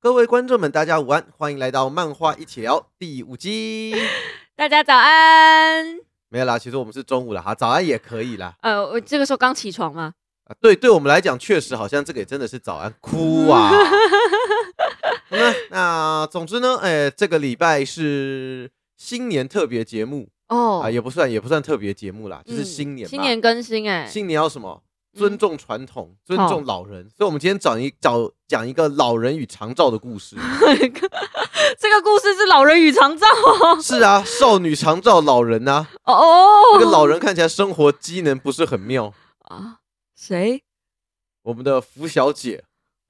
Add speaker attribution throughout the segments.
Speaker 1: 各位观众们，大家午安，欢迎来到漫画一起聊第五季。
Speaker 2: 大家早安。
Speaker 1: 没有啦，其实我们是中午了哈，早安也可以啦。
Speaker 2: 呃，我这个时候刚起床嘛，
Speaker 1: 啊，对，对我们来讲，确实好像这个也真的是早安哭啊。 那那总之呢，呃，这个礼拜是新年特别节目
Speaker 2: 哦，
Speaker 1: 啊，也不算也不算特别节目啦，就是新年嘛。
Speaker 2: 嗯新年更新哎、
Speaker 1: 新年要什么？尊重传统，
Speaker 2: 嗯
Speaker 1: 尊重老人。所以，我们今天找一找讲一个老人与长照的故 事。
Speaker 2: 这个故事是老人与长照哦
Speaker 1: 是啊，少女长照老人啊。
Speaker 2: 哦，
Speaker 1: 那个老人看起来生活机能不是很妙。
Speaker 2: 啊，谁？
Speaker 1: 我们的福小姐，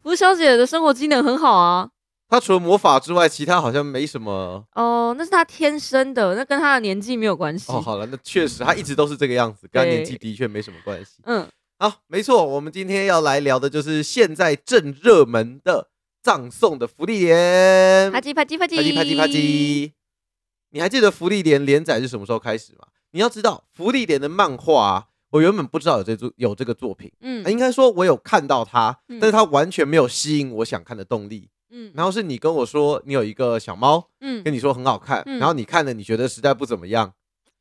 Speaker 2: 福小姐的生活机能很好啊，
Speaker 1: 她除了魔法之外，其他好像没什么。
Speaker 2: 哦，那是她天生的，那跟她的年纪没有关系。
Speaker 1: 哦，好了，那确实她一直都是这个样子，跟她
Speaker 2: 对
Speaker 1: 年纪的确没什么关系。
Speaker 2: 嗯，
Speaker 1: 好，没错，我们今天要来聊的就是现在正热门的葬送的福利莲。
Speaker 2: 啪叽啪叽啪叽
Speaker 1: 啪叽啪叽啪。叽。你还记得福利莲连载是什么时候开始吗？你要知道，福利莲的漫画、啊，我原本不知道有这作有这个作品，啊
Speaker 2: 嗯
Speaker 1: 应该说我有看到它，
Speaker 2: 嗯
Speaker 1: 但是它完全没有吸引我想看的动力。
Speaker 2: 嗯
Speaker 1: 然后是你跟我说你有一个小猫，
Speaker 2: 嗯
Speaker 1: 跟你说很好看，
Speaker 2: 嗯
Speaker 1: 然后你看了你觉得实在不怎么样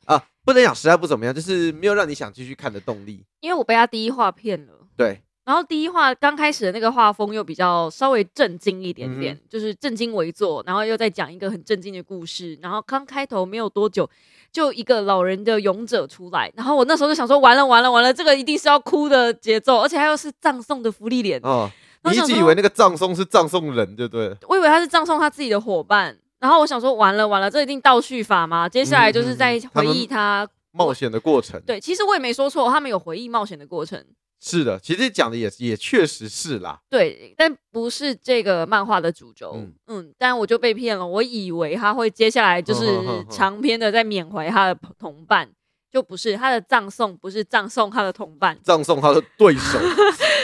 Speaker 1: 啊，不能讲实在不怎么样，就是没有让你想继续看的动力。
Speaker 2: 因为我被她第一话骗了。
Speaker 1: 对，
Speaker 2: 然后第一话刚开始的那个画风又比较稍微震惊一点点，
Speaker 1: 嗯
Speaker 2: 就是震惊为坐，然后又在讲一个很震惊的故事。然后刚开头没有多久，就一个老人的勇者出来，然后我那时候就想说，完了完了完了，这个一定是要哭的节奏，而且他又是葬送的福利脸，
Speaker 1: 哦，
Speaker 2: 我
Speaker 1: 你一
Speaker 2: 想
Speaker 1: 直
Speaker 2: 说
Speaker 1: 以为那个葬送是葬送人，对不对了？
Speaker 2: 我以为他是葬送他自己的伙伴。然后我想说，完了完了，这一定倒叙法嘛？接下来就是在
Speaker 1: 嗯嗯嗯
Speaker 2: 回忆他，
Speaker 1: 冒险的过程，，
Speaker 2: 对，其实我也没说错，他们有回忆冒险的过程，
Speaker 1: 是的，其实讲的也也确实是啦。
Speaker 2: 对，但不是这个漫画的主轴。
Speaker 1: 嗯
Speaker 2: 嗯但我就被骗了，我以为他会接下来就
Speaker 1: 哼哼
Speaker 2: 是
Speaker 1: 哼
Speaker 2: 长篇的在缅怀他的同伴，就不是他的葬送，不是葬送他的同伴，
Speaker 1: 葬送他的对手，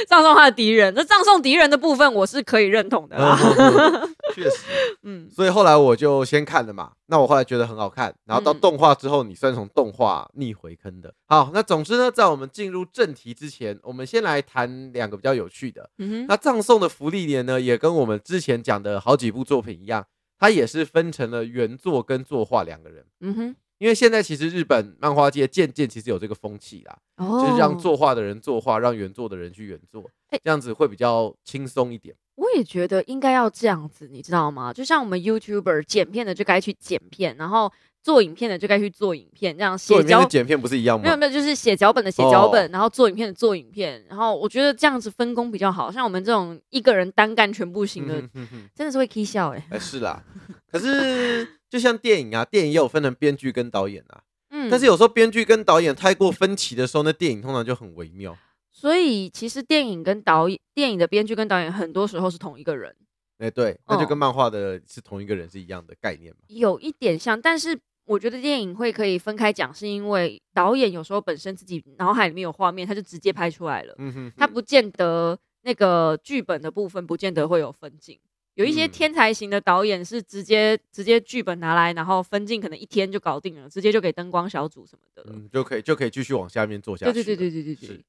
Speaker 2: 葬送他的敌人。那葬送敌人的部分，我是可以认 同的啦。
Speaker 1: 嗯 确实。
Speaker 2: 嗯，
Speaker 1: 所以后来我就先看了嘛，那我后来觉得很好看，然后到
Speaker 2: 嗯
Speaker 1: 动画之后，你算从动画逆回坑的。好，那总之呢，在我们进入正题之前，我们先来谈两个比较有趣的。
Speaker 2: 嗯哼，
Speaker 1: 那葬送的福利年呢，也跟我们之前讲的好几部作品一样，它也是分成了原作跟作画两个人。
Speaker 2: 嗯哼，
Speaker 1: 因为现在其实日本漫画界渐渐其实有这个风气啦，
Speaker 2: 哦
Speaker 1: 就是让作画的人作画，让原作的人去原作，
Speaker 2: 哎
Speaker 1: 这样子会比较轻松一点。
Speaker 2: 我也觉得应该要这样子，你知道吗？就像我们 YouTuber 剪片的就该去剪片，然后做影片的就该去做影片，这样
Speaker 1: 作
Speaker 2: 写
Speaker 1: 里面
Speaker 2: 脚
Speaker 1: 的剪片不是一样
Speaker 2: 没有
Speaker 1: 吗？
Speaker 2: 没有，就是写脚本的写脚
Speaker 1: 哦
Speaker 2: 本，然后做影片的做影片，然后我觉得这样子分工比较好。像我们这种一个人单干全部型的，
Speaker 1: 嗯哼哼哼
Speaker 2: 真的是会 k 笑哎、
Speaker 1: 哎，是 啦，可是就像电影啊，电影也有分成编剧跟导演啊。
Speaker 2: 嗯，
Speaker 1: 但是有时候编剧跟导演太过分歧的时候，那电影通常就很微妙。
Speaker 2: 所以其实电影跟导演、电影的编剧跟导演很多时候是同一个人，
Speaker 1: 哎，对，那就
Speaker 2: 哦
Speaker 1: 跟漫画的是同一个人是一样的概念嘛。
Speaker 2: 有一点像，但是。我觉得电影会可以分开讲，是因为导演有时候本身自己脑海里面有画面，他就直接拍出来了。
Speaker 1: 嗯哼哼，
Speaker 2: 它不见得那个剧本的部分不见得会有分镜。有一些
Speaker 1: 嗯
Speaker 2: 天才型的导演是直接直接剧本拿来，然后分镜可能一天就搞定了，直接就给灯光小组什么的了。
Speaker 1: 嗯就可以就可以继续往下面做下去。
Speaker 2: 对对对对。对对
Speaker 1: 是
Speaker 2: 对，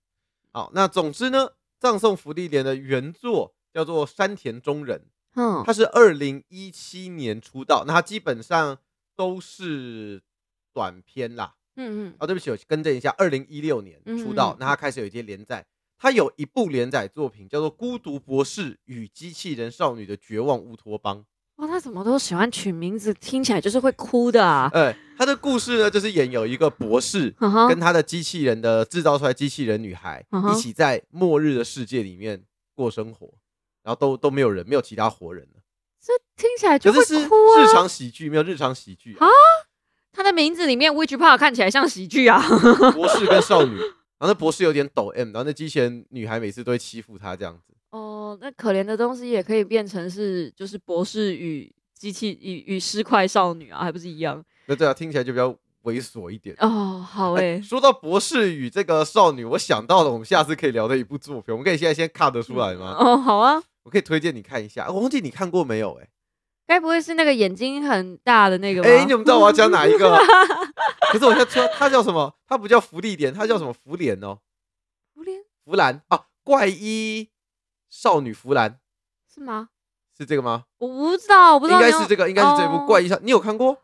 Speaker 1: 好，那总之呢，《葬送福利莲》的原作叫做山田中人，
Speaker 2: 嗯
Speaker 1: 他是二零一七年出道，那他基本上都是短片啦。
Speaker 2: 嗯嗯
Speaker 1: 哦，对不起，我更正一下，二零一六年出道，
Speaker 2: 嗯
Speaker 1: 那他开始有一些连载，他有一部连载作品叫做《孤独博士与机器人少女的绝望乌托邦》。
Speaker 2: 哇，他怎么都喜欢取名字，听起来就是会哭的啊！
Speaker 1: 呃，他的故事呢，就是演有一个博士
Speaker 2: 哈哈
Speaker 1: 呃跟，他的机器人的制造出来机器人女孩
Speaker 2: 嗯哼
Speaker 1: 一起在末日的世界里面过生活，然后都都没有人，没有其他活人了。
Speaker 2: 这听起来
Speaker 1: 可
Speaker 2: 就是会
Speaker 1: 是
Speaker 2: 哭啊！
Speaker 1: 日常喜剧，没有日常喜剧啊、
Speaker 2: 他的名字里面 witch p a r 看起来像喜剧啊！
Speaker 1: 博士跟少女，然后那博士有点抖 M，然后那机器人女孩每次都会欺负他这样子。
Speaker 2: 哦，那可怜的东西也可以变成是就是博士与机器与与尸块少女啊，还不是一样？
Speaker 1: 那对啊，听起来就比较猥琐一点。
Speaker 2: 哦，好
Speaker 1: 哎
Speaker 2: 诶、
Speaker 1: 说到博士与这个少女，我想到了我们下次可以聊的一部作品，我们可以现在先看得出来吗？
Speaker 2: 哦，好啊，
Speaker 1: 我可以推荐你看一下，哦我忘记你看过没有、
Speaker 2: 该不会是那个眼睛很大的那个
Speaker 1: 哎，
Speaker 2: 吧？
Speaker 1: 哎，你怎么知道我要讲哪一 个？啊可是我现在说它叫什么？它不叫福利点，它叫什么福莲哦？
Speaker 2: 福莲
Speaker 1: 福兰啊，怪医少女福兰
Speaker 2: 是吗？
Speaker 1: 是这个吗？
Speaker 2: 我不知道，我不知
Speaker 1: 应
Speaker 2: 道你
Speaker 1: 该
Speaker 2: 有。
Speaker 1: 是这个，应该是这部《
Speaker 2: 哦
Speaker 1: 怪医上》，你有看过？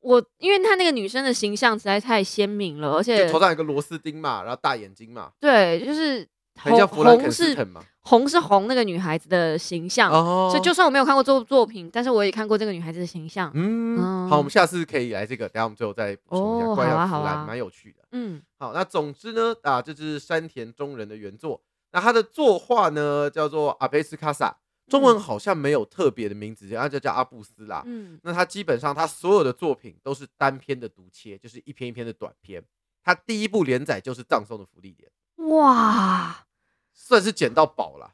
Speaker 2: 我，因为他那个女生的形象实在太鲜明了，而且
Speaker 1: 就头上有个螺丝钉嘛，然后大眼睛嘛，
Speaker 2: 对，就是
Speaker 1: 很像
Speaker 2: 红
Speaker 1: 弗兰肯
Speaker 2: 红
Speaker 1: 斯
Speaker 2: 是
Speaker 1: 坦嘛。
Speaker 2: 红是红那个女孩子的形象，
Speaker 1: 哦
Speaker 2: 所以就算我没有看过这部作品，但是我也看过这个女孩子的形象。
Speaker 1: 嗯，
Speaker 2: 嗯
Speaker 1: 好，我们下次可以来这个，等一下我们最后再补充一下《
Speaker 2: 哦
Speaker 1: 怪
Speaker 2: 好
Speaker 1: 药
Speaker 2: 啊
Speaker 1: 弗
Speaker 2: 好
Speaker 1: 兰》，
Speaker 2: 啊
Speaker 1: 蛮有趣的。
Speaker 2: 嗯，
Speaker 1: 好，那总之呢，啊，这是山田中人的原作。那他的作画呢，叫做阿贝斯卡萨，中文好像没有特别的名字，然后就叫阿布斯啦。
Speaker 2: 嗯
Speaker 1: 那他基本上他所有的作品都是单篇的独切，就是一篇一篇的短篇。他第一部连载就是《葬送的福利点》，
Speaker 2: 嗯哇，
Speaker 1: 算是捡到宝啦。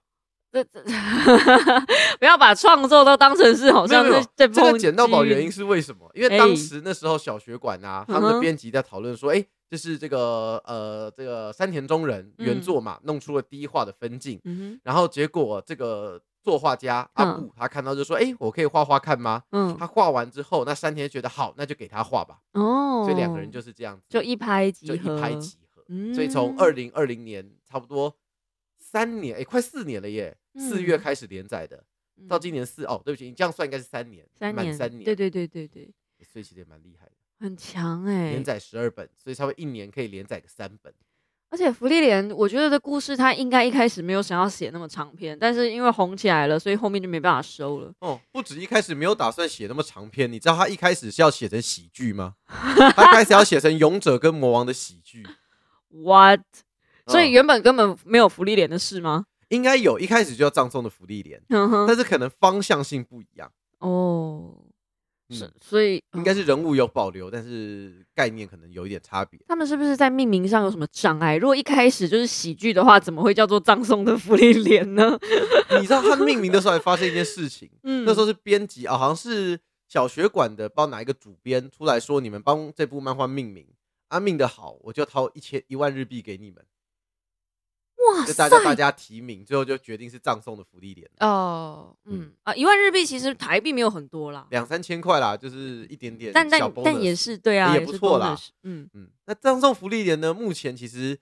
Speaker 2: 这这 不要把创作都当成是好
Speaker 1: 没有
Speaker 2: 像
Speaker 1: 没有
Speaker 2: 是这
Speaker 1: 这个捡到宝原因
Speaker 2: 是
Speaker 1: 是为什么？因为
Speaker 2: 哎
Speaker 1: 当时那时候小学馆啊，他们
Speaker 2: 嗯
Speaker 1: 的
Speaker 2: 哼
Speaker 1: 编辑在讨论说，哎、这是这个呃这个山田中人原作嘛，弄出了第一画的分镜，
Speaker 2: 嗯
Speaker 1: 然后结果这个作画家阿布、他看到就说，哎、我可以画画看吗？
Speaker 2: 哼
Speaker 1: 他画完之后，那山田觉得好，那就给他画吧，
Speaker 2: 嗯哦，
Speaker 1: 所以两个人就是这样子，
Speaker 2: 就一拍即
Speaker 1: 就
Speaker 2: 合，
Speaker 1: 一拍即合。
Speaker 2: 嗯，
Speaker 1: 所以从二零二零年差不多三年，哎、快四年了耶，四月
Speaker 2: 嗯
Speaker 1: 开始连载的，到今年四哦，对不起，你这样算应该是三年，
Speaker 2: 三
Speaker 1: 满
Speaker 2: 年，
Speaker 1: 三年，
Speaker 2: 对对对对对，
Speaker 1: 欸所以其实也蛮厉害的，
Speaker 2: 很强哎、
Speaker 1: 连载十二本，所以差不多一年可以连载个三本。
Speaker 2: 而且福利莲，我觉得的故事他应该一开始没有想要写那么长篇，但是因为红起来了，所以后面就没办法收了。
Speaker 1: 哦，不止一开始没有打算写那么长篇，你知道他一开始是要写成喜剧 吗？他一开始要写成勇者跟魔王的喜剧，
Speaker 2: What？、所以
Speaker 1: 嗯、
Speaker 2: 原本根本没有福利莲的事吗？
Speaker 1: 应该有一开始就要葬送的福利莲，
Speaker 2: 哼哼，
Speaker 1: 但是可能方向性不一样，
Speaker 2: 哦，是、
Speaker 1: 嗯
Speaker 2: 所以
Speaker 1: 应该
Speaker 2: 哦
Speaker 1: 是人物有保留，但是概念可能有一点差别。
Speaker 2: 他们是不是在命名上有什么障碍？如果一开始就是喜剧的话，怎么会叫做葬送的福利莲呢？
Speaker 1: 你知道他命名的时候还发生一件事情，
Speaker 2: 嗯，
Speaker 1: 那时候是编辑啊，好像是小学馆的，不知道哪一个主编出来说，你们帮这部漫画命名，啊命的好，我就掏一千一万日币给你们，
Speaker 2: 哇
Speaker 1: 就
Speaker 2: 塞
Speaker 1: 大家大家提名，最后就决定是葬送的福利脸，
Speaker 2: 哦，嗯啊，一万日币其实台币没有很多啦，
Speaker 1: 两三千块啦，就是一点点
Speaker 2: 但
Speaker 1: 小 bonus，
Speaker 2: 但但也是对啊，
Speaker 1: 也不
Speaker 2: 是
Speaker 1: 错啦
Speaker 2: bonus，嗯
Speaker 1: 嗯，那葬送福利脸呢，目前其实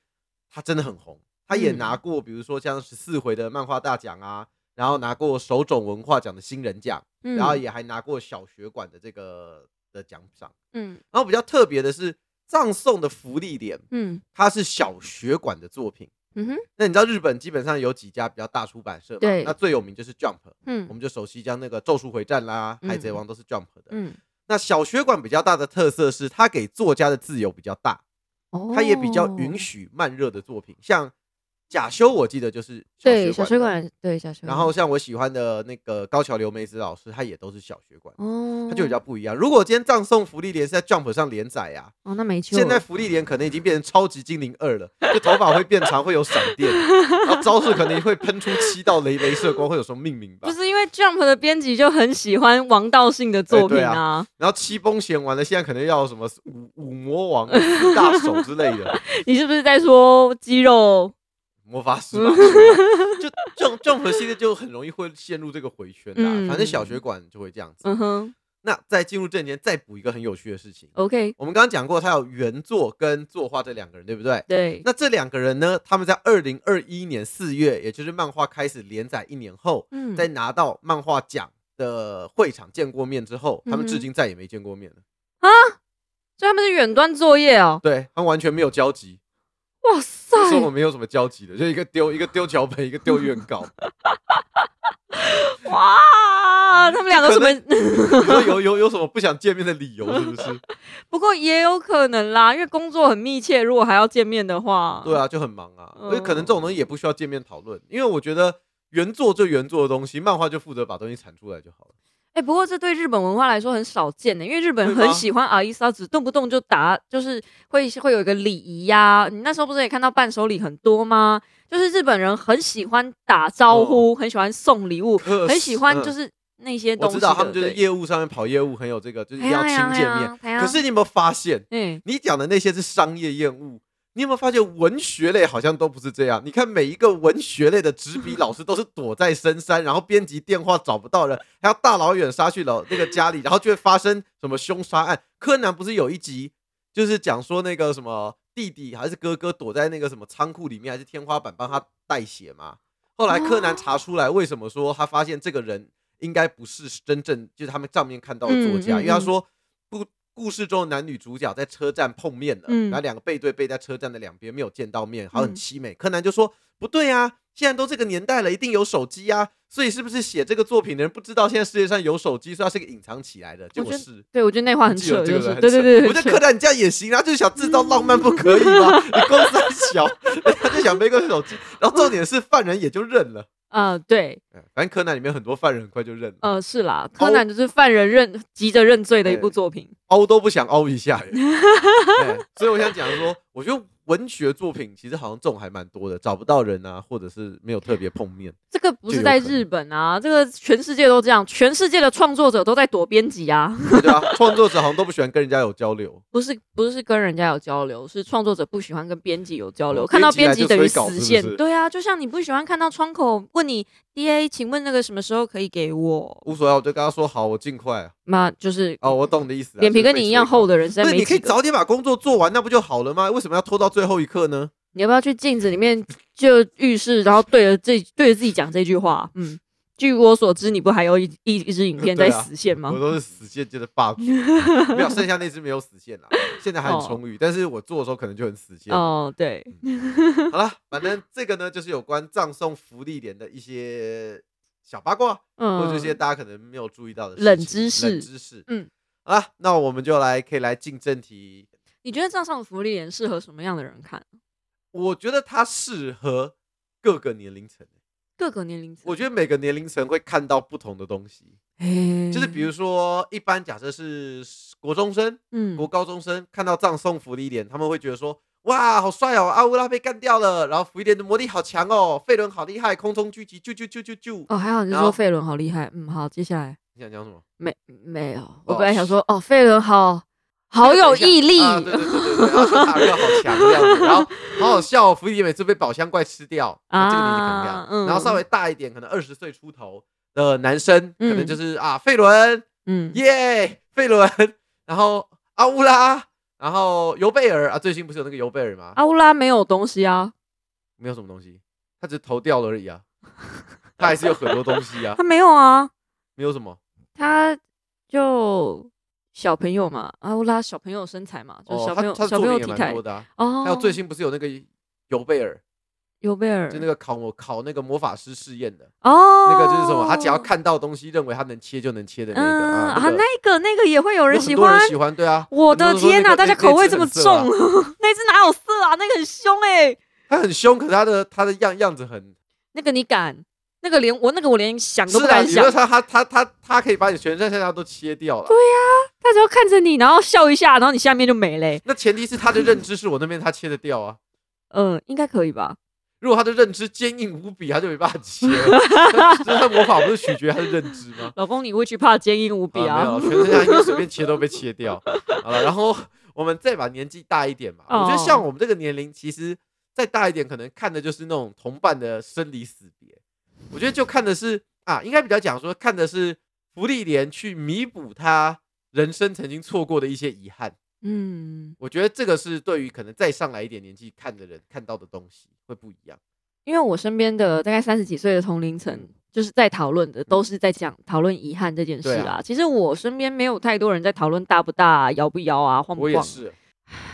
Speaker 1: 他真的很红，他也
Speaker 2: 嗯
Speaker 1: 拿过比如说像十四回的漫画大奖啊，然后拿过手冢文化奖的新人奖，
Speaker 2: 嗯，
Speaker 1: 然后也还拿过小学馆的这个的奖赏。
Speaker 2: 嗯
Speaker 1: 然后比较特别的是，葬送的福利点，
Speaker 2: 嗯
Speaker 1: 它是小学馆的作品。
Speaker 2: 嗯哼
Speaker 1: 那你知道日本基本上有几家比较大出版社嘛？
Speaker 2: 对
Speaker 1: 那最有名就是 Jump，我
Speaker 2: 嗯
Speaker 1: 们就熟悉将那个《咒术回战》啦、
Speaker 2: 嗯
Speaker 1: 海贼王》都是 Jump 的。
Speaker 2: 嗯，
Speaker 1: 那小学馆比较大的特色是，它给作家的自由比较大，
Speaker 2: 哦
Speaker 1: 它也比较允许慢热的作品，像假修我记得就是小
Speaker 2: 对
Speaker 1: 学
Speaker 2: 小
Speaker 1: 馆的。
Speaker 2: 水管对小水
Speaker 1: 然
Speaker 2: 管，
Speaker 1: 后像我喜欢的那个高桥留美子老师，她也都是小学馆，
Speaker 2: 哦，
Speaker 1: 她就比较不一样。如果今天葬送福利连是在 Jump 上连载呀、
Speaker 2: 哦，那没救了，
Speaker 1: 现在福利莲可能已经变成超级精灵二了，就头发会变长，会有闪电，然后招数可能会喷出七道雷镭射光，会有什么命名吧
Speaker 2: 不？是因为 Jump 的编辑就很喜欢王道性的作品
Speaker 1: 哎对
Speaker 2: 啊，
Speaker 1: 然后七崩弦完了，现在可能要什么五五魔王、四大手之类的
Speaker 2: 你是不是在说肌肉？
Speaker 1: 魔法师吧？
Speaker 2: 嗯
Speaker 1: 就这种这种系列就很容易会陷入这个回圈啦。
Speaker 2: 嗯
Speaker 1: 反正小学馆就会这样子。
Speaker 2: 嗯哼
Speaker 1: 那在进入正间，再补一个很有趣的事情。
Speaker 2: ，OK，
Speaker 1: 我们刚刚讲过，他有原作跟作画这两个人，对不对？
Speaker 2: 对，
Speaker 1: 那这两个人呢，他们在二零二一年四月，也就是漫画开始连载一年后，
Speaker 2: 嗯
Speaker 1: 在拿到漫画奖的会场见过面之后，他们至
Speaker 2: 嗯哼
Speaker 1: 今再也没见过面了。
Speaker 2: 所以他们是远端作业哦，
Speaker 1: 对他们完全没有交集，
Speaker 2: 哇塞，
Speaker 1: 生活没有什么交集的，就一个丢一 个丢脚本，一个丢原稿。
Speaker 2: 哇，他们两个什
Speaker 1: 可
Speaker 2: 么？
Speaker 1: 你说有有有什么不想见面的理由是不 是？
Speaker 2: 不过也有可能啦，因为工作很密切，如果还要见面的话，
Speaker 1: 对，啊，就很忙啊，
Speaker 2: 嗯
Speaker 1: 所以可能这种东西也不需要见面讨论，因为我觉得原作就原作的东西，漫画就负责把东西产出来就好了。
Speaker 2: 哎、不过这对日本文化来说很少见的，因为日本
Speaker 1: 会
Speaker 2: 人
Speaker 1: 吗
Speaker 2: 很喜欢阿伊莎子，动不动就打，就是会会有一个礼仪呀。你那时候不是也看到伴手礼很多吗？就是日本人很喜欢打招呼，很喜欢送礼物，
Speaker 1: 可
Speaker 2: 很喜欢
Speaker 1: 哦嗯
Speaker 2: 就是那些
Speaker 1: 我
Speaker 2: 东西
Speaker 1: 知
Speaker 2: 的。
Speaker 1: 道他们就是
Speaker 2: 对
Speaker 1: 业务上面跑业务很有这个，就是
Speaker 2: 哎呀
Speaker 1: 要
Speaker 2: 哎
Speaker 1: 亲
Speaker 2: 呀
Speaker 1: 见
Speaker 2: 哎
Speaker 1: 面
Speaker 2: 呀。哎呀
Speaker 1: 可是你有没有发现，
Speaker 2: 嗯，
Speaker 1: 你讲的那些是商业厌恶？你有没有发现文学类好像都不是这样？你看每一个文学类的执笔老师都是躲在深山，然后编辑电话找不到人，还要大老远杀去老那个家里，然后就会发生什么凶杀案。柯南不是有一集就是讲说那个什么弟弟还是哥哥躲在那个什么仓库里面还是天花板帮他代写吗？后来柯南查出来为什么说他发现这个人应该不是真正就是他们上面看到的作家，
Speaker 2: 嗯嗯
Speaker 1: 因为他
Speaker 2: 嗯
Speaker 1: 说故故事中的男女主角在车站碰面了，
Speaker 2: 嗯
Speaker 1: 然后两个背对背在车站的两边没有见到面，好像很
Speaker 2: 嗯
Speaker 1: 凄美。柯南就说不对啊，现在都这个年代了，一定有手机啊，所以是不是写这个作品的人不知道现在世界上有手机，所以它是一个隐藏起来的？结
Speaker 2: 我
Speaker 1: 果
Speaker 2: 觉得
Speaker 1: 是。
Speaker 2: 对，我觉得那话很
Speaker 1: 记得
Speaker 2: 扯，
Speaker 1: 这
Speaker 2: 就
Speaker 1: 个
Speaker 2: 是
Speaker 1: 人很
Speaker 2: 对对
Speaker 1: 扯
Speaker 2: 对，
Speaker 1: 我觉
Speaker 2: 很
Speaker 1: 得
Speaker 2: 扯
Speaker 1: 柯南这样也行啊，就是想制造浪漫，不可以 吗？你公司还小，他就想背个手机，然后重点是犯人也就认了。
Speaker 2: 呃，对，
Speaker 1: 嗯反正柯南里面很多犯人很快就认了，
Speaker 2: 呃，是啦，
Speaker 1: 哦
Speaker 2: 柯南就是犯人认急着认罪的一部作品。
Speaker 1: 凹都不想凹一下 耶。 对所以我想讲说，我觉得文学作品其实好像这种还蛮多的，找不到人啊，或者是没有特别碰面。
Speaker 2: 这个不
Speaker 1: 就是有
Speaker 2: 在
Speaker 1: 可能
Speaker 2: 日本啊，这个全世界都这样，全世界的创作者都在躲编辑啊，
Speaker 1: 对啊，创作者好像都不喜欢跟人家有交流。
Speaker 2: 不是不是跟人家有交流，是创作者不喜欢跟编辑有交流，
Speaker 1: 哦
Speaker 2: 看到
Speaker 1: 编
Speaker 2: 编
Speaker 1: 辑
Speaker 2: 辑
Speaker 1: 来就
Speaker 2: 等于
Speaker 1: 催稿是
Speaker 2: 死
Speaker 1: 不
Speaker 2: 线。
Speaker 1: 是
Speaker 2: 对啊，就像你不喜欢看到窗口问你 D A，请问那个什么时候可以给我？
Speaker 1: 无所谓，我就跟他说好，我尽快啊。
Speaker 2: 那就是
Speaker 1: 哦，我懂你的意思啊、
Speaker 2: 脸
Speaker 1: 就
Speaker 2: 皮
Speaker 1: 是
Speaker 2: 跟
Speaker 1: 被
Speaker 2: 你一
Speaker 1: 催
Speaker 2: 样
Speaker 1: 稿
Speaker 2: 厚。的人实在
Speaker 1: 对，
Speaker 2: 没
Speaker 1: 你可
Speaker 2: 几
Speaker 1: 以
Speaker 2: 个。
Speaker 1: 早点把工作做完，那不就好了吗？为什么要拖到最后一刻呢？
Speaker 2: 你要不要去镜子里面就浴室，然后对着自己对着自己讲这句话？嗯，据我所知，你不还有一一一支影 片
Speaker 1: 对
Speaker 2: 在
Speaker 1: 啊
Speaker 2: 死线吗
Speaker 1: 我？都是死线界的霸 主，没有剩下那只没有死线啦，现在还很充裕，但是我做的时候可能就很死线。
Speaker 2: 哦，对，
Speaker 1: 好了，反正这个呢就是有关葬送福利点的一些小八卦，
Speaker 2: 嗯，
Speaker 1: 或者一些大家可能没有注意到的事情
Speaker 2: 冷知识
Speaker 1: 冷知识，
Speaker 2: 嗯，
Speaker 1: 好啦，那我们就来可以来进正题。
Speaker 2: 你觉得《账上的福利脸》适合什么样的人看？
Speaker 1: 我觉得它适合各个年龄层，欸
Speaker 2: 各个年龄层，
Speaker 1: 我觉得每个年龄层会看到不同的东西。
Speaker 2: 得
Speaker 1: 就是比如，说，一般假设是国中生、
Speaker 2: 嗯
Speaker 1: 国高中生看到葬送福利点，他们会觉得说：“哇，好帅哦！阿乌拉被干掉了，然后福利点的魔力好强哦，费伦好厉害，空中狙击，啾啾啾啾啾。
Speaker 2: 哦，还好你是
Speaker 1: 然后
Speaker 2: 说费伦好厉害，嗯，好，接下来
Speaker 1: 你想讲什么？
Speaker 2: 没没有，我本来想说，哦，费伦好好有毅力，
Speaker 1: 啊对对对对对，然后说塔克好强这样子，然后好好笑、哦，福利点每次被宝箱怪吃掉，啊、这个你已经很
Speaker 2: 啊
Speaker 1: 亮。
Speaker 2: 嗯
Speaker 1: 然后稍微大一点，可能二十岁出头的男生，可能
Speaker 2: 嗯
Speaker 1: 就是啊，费伦
Speaker 2: 嗯，
Speaker 1: 耶，费伦，然后阿乌拉，然后尤贝尔啊，最新不是有那个尤贝尔吗？
Speaker 2: 阿乌拉没有东西啊，
Speaker 1: 没有什么东西，他只是头掉了而已啊，他还是有很多东西啊
Speaker 2: 他，没有啊，
Speaker 1: 没有什么
Speaker 2: 他就小朋友嘛，阿乌拉小朋友身材嘛， 就是
Speaker 1: 哦
Speaker 2: 小，
Speaker 1: 他
Speaker 2: 朋友
Speaker 1: 他的
Speaker 2: 小
Speaker 1: 作
Speaker 2: 朋友
Speaker 1: 品也
Speaker 2: 体
Speaker 1: 蛮
Speaker 2: 态
Speaker 1: 多，的啊，
Speaker 2: 哦，
Speaker 1: 还有最新不是有那个尤贝尔，
Speaker 2: 尤贝尔，
Speaker 1: 就那个考模考那个魔法师试验的。
Speaker 2: 哦，
Speaker 1: 那个就是什么？他只要。看到东西，认为他能切就能切的那个
Speaker 2: 嗯
Speaker 1: 啊，
Speaker 2: 啊，
Speaker 1: 个
Speaker 2: 那个那个也会有
Speaker 1: 有
Speaker 2: 人
Speaker 1: 很
Speaker 2: 喜
Speaker 1: 多
Speaker 2: 欢，
Speaker 1: 喜欢，对啊。
Speaker 2: 我
Speaker 1: 很多
Speaker 2: 的
Speaker 1: 人说
Speaker 2: 天
Speaker 1: 那
Speaker 2: 呐，
Speaker 1: 个
Speaker 2: 大
Speaker 1: 那
Speaker 2: 家
Speaker 1: 那
Speaker 2: 口味
Speaker 1: 只
Speaker 2: 这么
Speaker 1: 很色啊
Speaker 2: 重， 那只哪有色啊？那个很凶哎、
Speaker 1: 他很凶，可是他的他的样样子很
Speaker 2: 那个你敢？那个连我那个我连想都
Speaker 1: 是
Speaker 2: 不
Speaker 1: 啊，
Speaker 2: 敢
Speaker 1: 理
Speaker 2: 想
Speaker 1: 论。上他他他他可以把你全身上下都切掉啊了。对
Speaker 2: 他只要看着你，然后笑一下，然后你下面就没嘞、
Speaker 1: 那前提是他的认知是我那边他切得掉啊。
Speaker 2: 嗯、应该可以吧？
Speaker 1: 如果他的认知坚硬无比，他就没办法切 了。他就是他魔法不是取决他的认知吗？
Speaker 2: 老公，你会去怕坚硬无比
Speaker 1: 啊，没
Speaker 2: 啊？
Speaker 1: 有，全身上应该随便切都被切掉。好了，然后我们再把年纪大一点嘛，我觉得
Speaker 2: 哦
Speaker 1: 像我们这个年龄，其实再大一点，可能看的就是那种同伴的生离死别。我觉得就看的是啊，应该比较讲说，看的是福利莲去弥补他人生曾经错过的一些遗憾。
Speaker 2: 嗯，
Speaker 1: 我觉得这个是对于可能再上来一点年纪看的人看到的东西会不一样。
Speaker 2: 因为我身边的大概三十几岁的同龄层，就是在讨论的，都是在讲讨论遗憾这件事
Speaker 1: 对
Speaker 2: 啦。
Speaker 1: 啊
Speaker 2: 其实我身边没有太多人在讨论大不大、摇不摇啊、晃不
Speaker 1: 我也
Speaker 2: 晃。
Speaker 1: 是，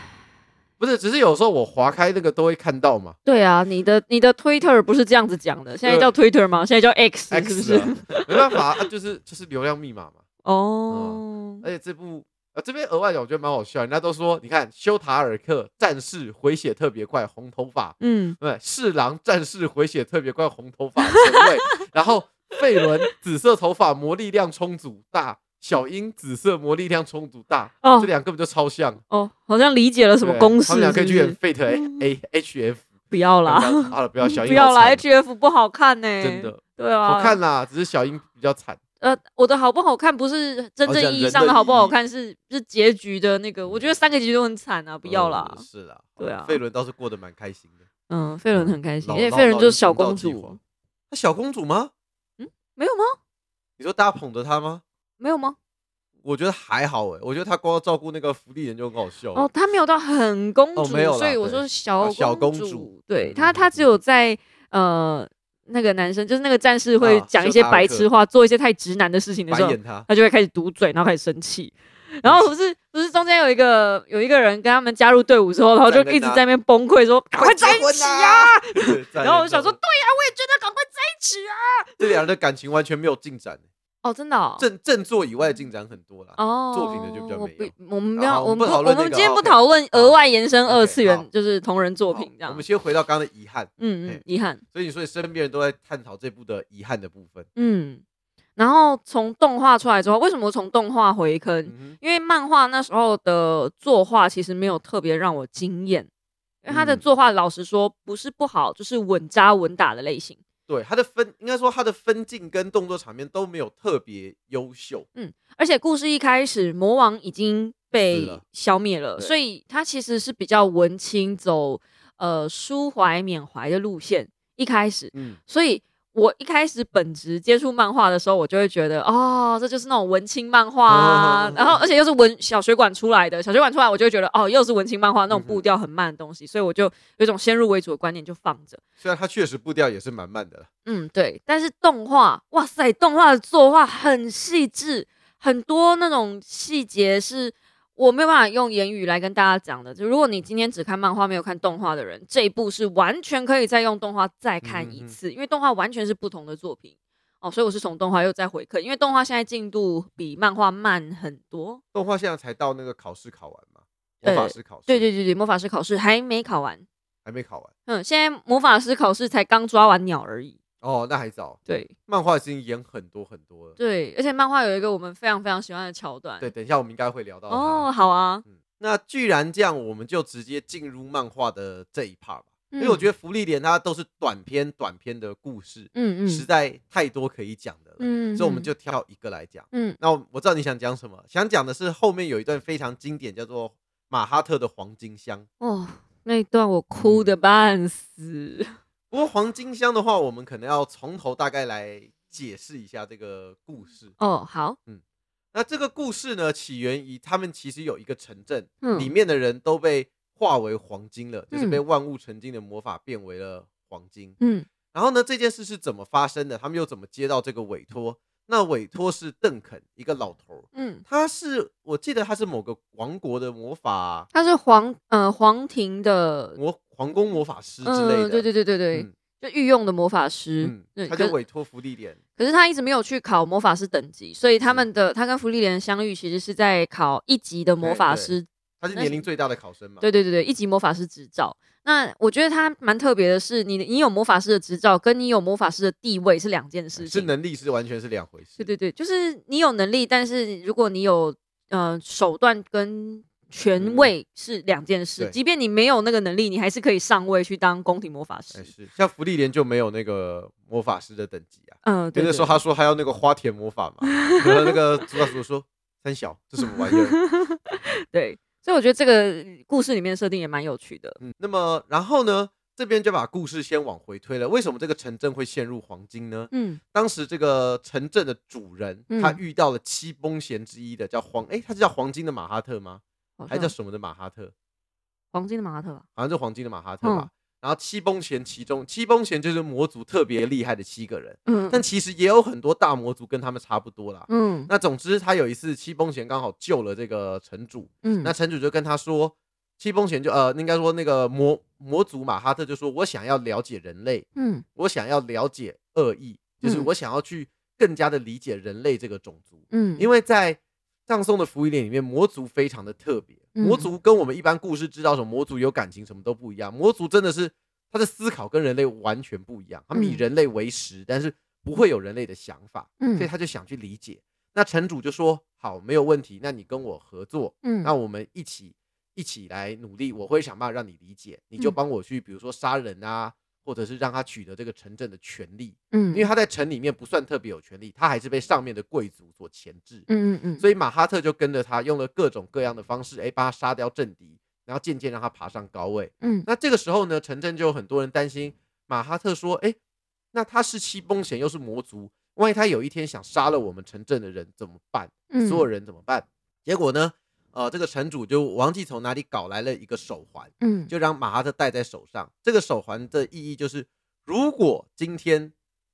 Speaker 1: 不是，只是有时候我划开那个都会看到嘛。
Speaker 2: 对啊，你的你的 Twitter 不是这样子讲的，现在
Speaker 1: 对
Speaker 2: 叫 Twitter 吗？现在叫 X 是
Speaker 1: X
Speaker 2: 不是？
Speaker 1: 啊没办法，啊、就是就是流量密码嘛。
Speaker 2: 哦，
Speaker 1: 而且这部呃这边额外讲，我觉得蛮好笑，人家都说你看修塔尔克战士回血特别快，红头发，
Speaker 2: 嗯，
Speaker 1: 对，侍郎战士回血特别快，红头发前卫， 然后费伦紫色头发魔力量充足大。小樱紫色魔力量充足大，
Speaker 2: 哦
Speaker 1: 这两个根本就超像。
Speaker 2: 哦，好像理解了什么
Speaker 1: 对
Speaker 2: 公式
Speaker 1: 他们俩可以去
Speaker 2: 是不
Speaker 1: 演
Speaker 2: 是
Speaker 1: Fate A A H F。
Speaker 2: 不要
Speaker 1: 好
Speaker 2: 啦，嗯
Speaker 1: 了，好了不要小樱，
Speaker 2: 不要
Speaker 1: 好
Speaker 2: 啦
Speaker 1: 惨
Speaker 2: ，H F 不好看呢、
Speaker 1: 真的，
Speaker 2: 对啊，
Speaker 1: 好看。啦，只是小樱比较惨。
Speaker 2: 呃，我的好不好看不是真
Speaker 1: 哦讲
Speaker 2: 正意
Speaker 1: 人
Speaker 2: 义
Speaker 1: 的
Speaker 2: 上的好不
Speaker 1: 意
Speaker 2: 好
Speaker 1: 义
Speaker 2: 看，是是结局的那个。我觉得三个结局都很惨啊，不要啦
Speaker 1: 嗯。是啦，
Speaker 2: 对啊
Speaker 1: 费伦倒是过得蛮开心的。
Speaker 2: 嗯，费伦很开心，
Speaker 1: 呃老
Speaker 2: 因为
Speaker 1: 老
Speaker 2: 费伦
Speaker 1: 老
Speaker 2: 就是
Speaker 1: 人
Speaker 2: 小
Speaker 1: 同道
Speaker 2: 公
Speaker 1: 计划
Speaker 2: 主，
Speaker 1: 那小公主吗？
Speaker 2: 没有吗？
Speaker 1: 你说大家捧着她吗？
Speaker 2: 没有吗？
Speaker 1: 我觉得还好哎，我觉得她光要照顾那个福利人就很好笑了。
Speaker 2: 哦，她没有到很公
Speaker 1: 哦
Speaker 2: 主，
Speaker 1: 没有啦
Speaker 2: 所以我
Speaker 1: 对
Speaker 2: 说小
Speaker 1: 小公
Speaker 2: 主
Speaker 1: 主。
Speaker 2: 对
Speaker 1: 嗯
Speaker 2: 她，她只有在呃那个男生，就是那个战士会
Speaker 1: 啊
Speaker 2: 讲一
Speaker 1: 就
Speaker 2: 些
Speaker 1: 他的
Speaker 2: 白
Speaker 1: 课
Speaker 2: 痴话，做一些太直男的事情的
Speaker 1: 白
Speaker 2: 时候，
Speaker 1: 眼他，
Speaker 2: 他就会开始堵嘴，然后开始生气。然后不是不是中间有一个有一个人跟他们加入队伍之后，然后就一直在那边崩溃说 赶快在一起啊！
Speaker 1: 对在
Speaker 2: 然后
Speaker 1: 那
Speaker 2: 我就想说，
Speaker 1: 种
Speaker 2: 对呀、我也觉得赶快在一起啊！
Speaker 1: 这两人的感情完全没有进展，
Speaker 2: 哦，真的哦，
Speaker 1: 振振作以外的进展很多啦。
Speaker 2: 哦
Speaker 1: 作品的就比较
Speaker 2: 我
Speaker 1: 没
Speaker 2: 不
Speaker 1: 有
Speaker 2: 我们不
Speaker 1: 啊
Speaker 2: 要，
Speaker 1: 好我
Speaker 2: 我
Speaker 1: 们
Speaker 2: 们
Speaker 1: 不
Speaker 2: 不
Speaker 1: 讨
Speaker 2: 我
Speaker 1: 论
Speaker 2: 们
Speaker 1: 这
Speaker 2: 今天
Speaker 1: 个啊
Speaker 2: 不
Speaker 1: 好
Speaker 2: 讨论额外延伸
Speaker 1: OK，
Speaker 2: 二次
Speaker 1: 好
Speaker 2: 元，就是同人作
Speaker 1: 好
Speaker 2: 品这
Speaker 1: 我
Speaker 2: 样
Speaker 1: 们。先回到刚刚的遗憾，
Speaker 2: 嗯嗯
Speaker 1: 哎，
Speaker 2: 遗憾。
Speaker 1: 所以你说你身边人都在探讨这部的遗憾的部分。
Speaker 2: 嗯，然后从动画出来之后，为什么从动画回坑？
Speaker 1: 嗯
Speaker 2: 因为漫画那时候的作画其实没有特别让我惊艳，因为他的
Speaker 1: 嗯
Speaker 2: 作画老实说不是不好，就是稳扎稳打的类型。
Speaker 1: 哼，对他的分，应该说他的分镜跟动作场面都没有特别优秀。
Speaker 2: 而且故事一开始，魔王已经
Speaker 1: 死
Speaker 2: 被
Speaker 1: 了
Speaker 2: 消灭了，
Speaker 1: 对
Speaker 2: 所以他其实是比较文青走呃抒怀缅怀的路线。一开始，
Speaker 1: 嗯，
Speaker 2: 所以我一开始本职接触漫画的时候，我就会觉得哦，这就是那种文青漫画啊
Speaker 1: 哦，
Speaker 2: 然后而且又是文小水管出来的，小水管出来我就会觉得哦，又是文青漫画那种
Speaker 1: 嗯哼
Speaker 2: 步调很慢的东西，所以我就有一种先入为主的观念就放着。
Speaker 1: 虽然他确实步调也是蛮慢的啦，
Speaker 2: 嗯，对。但是动画，哇塞，动画的作画很细致，很多那种细节是我没有办法用言语来跟大家讲的。就如果你今天只看漫画没有看动画的人，这一部是完全可以再用动画再看
Speaker 1: 嗯
Speaker 2: 一
Speaker 1: 哼
Speaker 2: 次，因为动画完全是不同的作品。哦，所以我是从动画又再回看，因为动画现在进度比漫画慢很多。
Speaker 1: 动画现在才到那个考试考完嘛，
Speaker 2: 对
Speaker 1: 魔法师考试，
Speaker 2: 对，对对对，魔法师考试还没考完，
Speaker 1: 还没考完。
Speaker 2: 嗯，现在魔法师考试才刚抓完鸟而已。
Speaker 1: 哦，那还早，
Speaker 2: 对
Speaker 1: 漫画已经演很多很多了。
Speaker 2: 对，而且漫画有一个我们非常非常喜欢的桥段，
Speaker 1: 对，等一下我们应该会聊到它
Speaker 2: 哦，，好啊，
Speaker 1: 嗯，那既然这样，我们就直接进入漫画的这一 part 吧，因为
Speaker 2: 嗯
Speaker 1: 我觉得福利连它都是短篇短篇的故事，
Speaker 2: 嗯
Speaker 1: 实在太多可以讲的了，
Speaker 2: 嗯
Speaker 1: 所以我们就挑一个来讲。
Speaker 2: 嗯
Speaker 1: 那我我知道你想讲什么，想讲的是后面有一段非常经典，叫做马哈特的黄金箱。
Speaker 2: 哦，那一段我哭
Speaker 1: 嗯
Speaker 2: 的 半死。
Speaker 1: 不过黄金箱的话，我们可能要从头大概来解释一下这个故事。
Speaker 2: 哦，好，
Speaker 1: 那这个故事呢，起源于他们其实有一个城镇，
Speaker 2: 嗯
Speaker 1: 里面的人都被化为黄金了，就是
Speaker 2: 嗯
Speaker 1: 被万物成金的魔法变为了黄金。
Speaker 2: 嗯
Speaker 1: 然后呢，这件事是怎么发生的？他们又怎么接到这个委托？那委托是邓肯，一个老头儿，
Speaker 2: 嗯，
Speaker 1: 他是我记得他是某个王国的魔法
Speaker 2: 他是皇呃皇庭的，
Speaker 1: 魔皇宫魔法师之类的，
Speaker 2: 嗯，对对对对对，
Speaker 1: 嗯
Speaker 2: 就御用的魔法师
Speaker 1: 嗯，
Speaker 2: 对，
Speaker 1: 他
Speaker 2: 可
Speaker 1: 就是委托福利点，
Speaker 2: 可是他一直没有去考魔法师等级，所以他们的他跟福利莲相遇其实是在考一级的魔
Speaker 1: 对
Speaker 2: 法
Speaker 1: 对
Speaker 2: 师
Speaker 1: 他是
Speaker 2: 那
Speaker 1: 年
Speaker 2: 是
Speaker 1: 龄最大的考生嘛，
Speaker 2: 对对对对，一级魔法师执照。那我觉得他蛮特别的是，你的你有魔法师的执照，跟你有魔法师的地位是两件事
Speaker 1: 是
Speaker 2: 情。
Speaker 1: 能力是完全是两回事，
Speaker 2: 对对对，就是你有能力，但是如果你有呃手段跟
Speaker 1: 嗯
Speaker 2: 权
Speaker 1: 嗯
Speaker 2: 位是两件事
Speaker 1: 对，
Speaker 2: 即便你没有那个能力，你还是可以上位去当宫廷魔法师
Speaker 1: 哎。是，像福利莲就没有那个魔法师的等级啊。
Speaker 2: 嗯，对
Speaker 1: 那
Speaker 2: 对
Speaker 1: 时候他说他要那个花田魔法嘛，然后那个主导组说三小这什么玩意儿？
Speaker 2: 对，所以我觉得这个故事里面的设定也蛮有趣的。
Speaker 1: 嗯，那么然后呢，这边就把故事先往回推了。为什么这个城镇会陷入黄金呢？
Speaker 2: 嗯
Speaker 1: 当时这个城镇的主人，
Speaker 2: 嗯
Speaker 1: 他遇到了七崩弦之一的叫黄，哎、他是叫黄金的马哈特吗？
Speaker 2: 好
Speaker 1: 还
Speaker 2: 像
Speaker 1: 叫什么的马哈特？
Speaker 2: 黄金的马特吧？
Speaker 1: 好像是黄金的马哈特吧。
Speaker 2: 嗯
Speaker 1: 然后七崩弦其中，七崩弦就是魔族特别厉害的七个人，
Speaker 2: 嗯
Speaker 1: 但其实也有很多大魔族跟他们差不多啦。
Speaker 2: 嗯
Speaker 1: 那总之，他有一次七崩弦刚好救了这个城主，
Speaker 2: 嗯
Speaker 1: 那城主就跟他说，七崩弦就呃，应该说那个魔魔族马哈特就说，我想要了解人类，
Speaker 2: 嗯
Speaker 1: 我想要了解恶意，就是
Speaker 2: 嗯
Speaker 1: 我想要去更加的理解人类这个种族，
Speaker 2: 嗯，
Speaker 1: 因为在葬送的福音里面，魔族非常的特别，
Speaker 2: 嗯
Speaker 1: 魔族跟我们一般故事知道什么魔族有感情什么都不一样，魔族真的是他的思考跟人类完全不一样，他们以
Speaker 2: 嗯
Speaker 1: 人类为食，但是不会有人类的想法，
Speaker 2: 嗯
Speaker 1: 所以他就想去理解。那城主就说：“好，没有问题，那你跟我合作，
Speaker 2: 嗯
Speaker 1: 那我们一起一起来努力，我会想办法让你理解，你就
Speaker 2: 嗯
Speaker 1: 帮我去，比如说杀人啊，或者是让他取得这个城镇的权利，
Speaker 2: 嗯
Speaker 1: 因为他在城里面不算特别有权利，他还是被上面的贵族所钳制。
Speaker 2: 嗯嗯嗯，
Speaker 1: 所以马哈特就跟着他，用了各种各样的方式，哎，帮他杀掉政敌，然后渐渐让他爬上高位。
Speaker 2: 嗯
Speaker 1: 那这个时候呢，城镇就有很多人担心马哈特说，哎，那他是七崩弦，又是魔族，万一他有一天想杀了我们城镇的人怎么办？
Speaker 2: 以
Speaker 1: 所有人怎么办？结果呢，呃，这个城主就忘记从哪里搞来了一个手环，
Speaker 2: 嗯
Speaker 1: 就让马哈特戴在手上。这个手环的意义就是，如果今天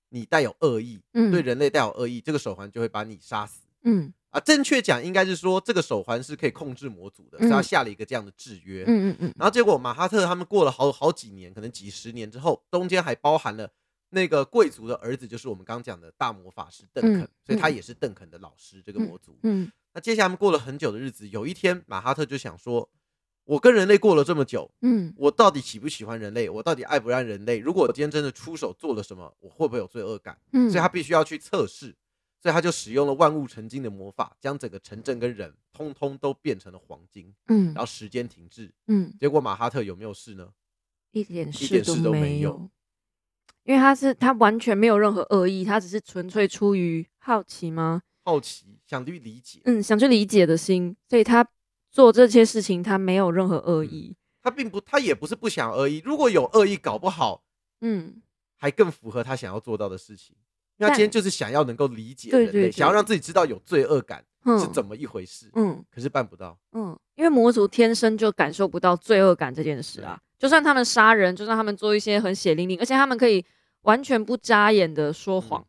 Speaker 1: 你带有恶意，
Speaker 2: 嗯
Speaker 1: 对人类带有恶意，这个手环就会把你杀死。
Speaker 2: 嗯
Speaker 1: 啊，正确讲应该是说，这个手环是可以控制魔族的，
Speaker 2: 嗯
Speaker 1: 是他下了一个这样的制约。
Speaker 2: 嗯嗯嗯，
Speaker 1: 然后结果马哈特他们过了好好几年，可能几十年之后，中间还包含了那个贵族的儿子，就是我们刚讲的大魔法师邓肯，
Speaker 2: 嗯
Speaker 1: 所以他
Speaker 2: 嗯
Speaker 1: 也是邓肯的老师。这个魔族，
Speaker 2: 嗯
Speaker 1: 那接下来他们过了很久的日子，有一天马哈特就想说，我跟人类过了这么久，
Speaker 2: 嗯
Speaker 1: 我到底喜不喜欢人类？我到底爱不爱人类？如果我今天真的出手做了什么，我会不会有罪恶感？
Speaker 2: 嗯，
Speaker 1: 所以他必须要去测试，所以他就使用了万物成金的魔法，将整个城镇跟人通通都变成了黄金，
Speaker 2: 嗯
Speaker 1: 然后时间停滞。
Speaker 2: 嗯
Speaker 1: 结果马哈特有没有事呢？
Speaker 2: 一点
Speaker 1: 点
Speaker 2: 事
Speaker 1: 事都
Speaker 2: 没
Speaker 1: 没有
Speaker 2: 有，因为他是他完全没有任何恶意，他只是纯粹出于好奇吗？
Speaker 1: 好奇，想去理解，
Speaker 2: 嗯，想去理解的心，所以他做这些事情他没有任何恶
Speaker 1: 嗯
Speaker 2: 意。
Speaker 1: 他并不，他也不是不想恶意，如果有恶意，搞不好
Speaker 2: 嗯
Speaker 1: 还更符合他想要做到的事情。因为他
Speaker 2: 但
Speaker 1: 今天就是想要能够理解人
Speaker 2: 对
Speaker 1: 类，
Speaker 2: 对对
Speaker 1: 想要让自己知道有罪恶感
Speaker 2: 嗯，
Speaker 1: 是怎么一回事，
Speaker 2: 嗯
Speaker 1: 可是办不到。
Speaker 2: 嗯，因为魔族天生就感受不到罪恶感这件事啊，就算他们杀人，就算他们做一些很血淋淋，而且他们可以完全不眨眼的说
Speaker 1: 嗯
Speaker 2: 谎。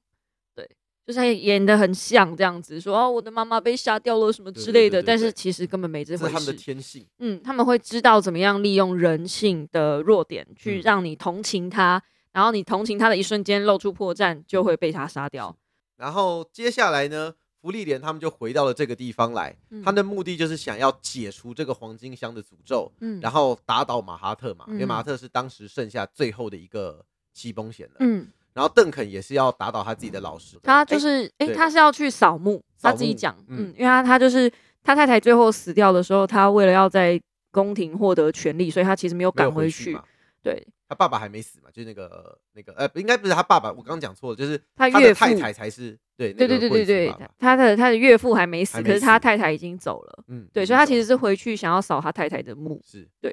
Speaker 2: 对，就是他演的很像这样子，说哦，我的妈妈被杀掉了什么
Speaker 1: 对
Speaker 2: 之
Speaker 1: 对
Speaker 2: 类
Speaker 1: 对
Speaker 2: 的，
Speaker 1: 对
Speaker 2: 但
Speaker 1: 对
Speaker 2: 是其实根本没这
Speaker 1: 这
Speaker 2: 回
Speaker 1: 是他
Speaker 2: 事。
Speaker 1: 们的天性，
Speaker 2: 嗯，他们会知道怎么样利用人性的弱点去
Speaker 1: 嗯
Speaker 2: 让你同情他，然后你同情他的一瞬间露出破绽，就会被他杀掉。
Speaker 1: 然后接下来呢，福利莲他们就回到了这个地方来，
Speaker 2: 嗯
Speaker 1: 他们的目的就是想要解除这个黄金箱的诅咒，
Speaker 2: 嗯
Speaker 1: 然
Speaker 2: 后
Speaker 1: 后打倒马哈特嘛，因为马哈
Speaker 2: 嗯
Speaker 1: 特是当时剩下最后的一个七崩险了。
Speaker 2: 嗯，
Speaker 1: 然后邓肯也是要打倒他自己的老师，
Speaker 2: 他就
Speaker 1: 哎
Speaker 2: 是诶，
Speaker 1: 对
Speaker 2: 他是要去扫墓，他
Speaker 1: 扫
Speaker 2: 自己
Speaker 1: 墓
Speaker 2: 讲，
Speaker 1: 嗯
Speaker 2: 嗯，因为他他就是他太太最后死掉的时候，他为了要在宫廷获得权利，所以他其实没有
Speaker 1: 没有
Speaker 2: 赶回
Speaker 1: 去
Speaker 2: 去
Speaker 1: 嘛。。
Speaker 2: 对，
Speaker 1: 他爸爸还没死嘛，就是那个那个呃，不应该不是他爸爸，我刚刚讲错了，就是
Speaker 2: 他
Speaker 1: 他的
Speaker 2: 岳
Speaker 1: 太
Speaker 2: 父
Speaker 1: 太才是对，
Speaker 2: 对对对对对，他的他的岳父还没死，
Speaker 1: 还没
Speaker 2: 可是他
Speaker 1: 死
Speaker 2: 太太已经走了。
Speaker 1: 嗯，
Speaker 2: 对，
Speaker 1: 没
Speaker 2: 所以他
Speaker 1: 错
Speaker 2: 其实是回去想要扫他太太的墓。
Speaker 1: 是
Speaker 2: 对。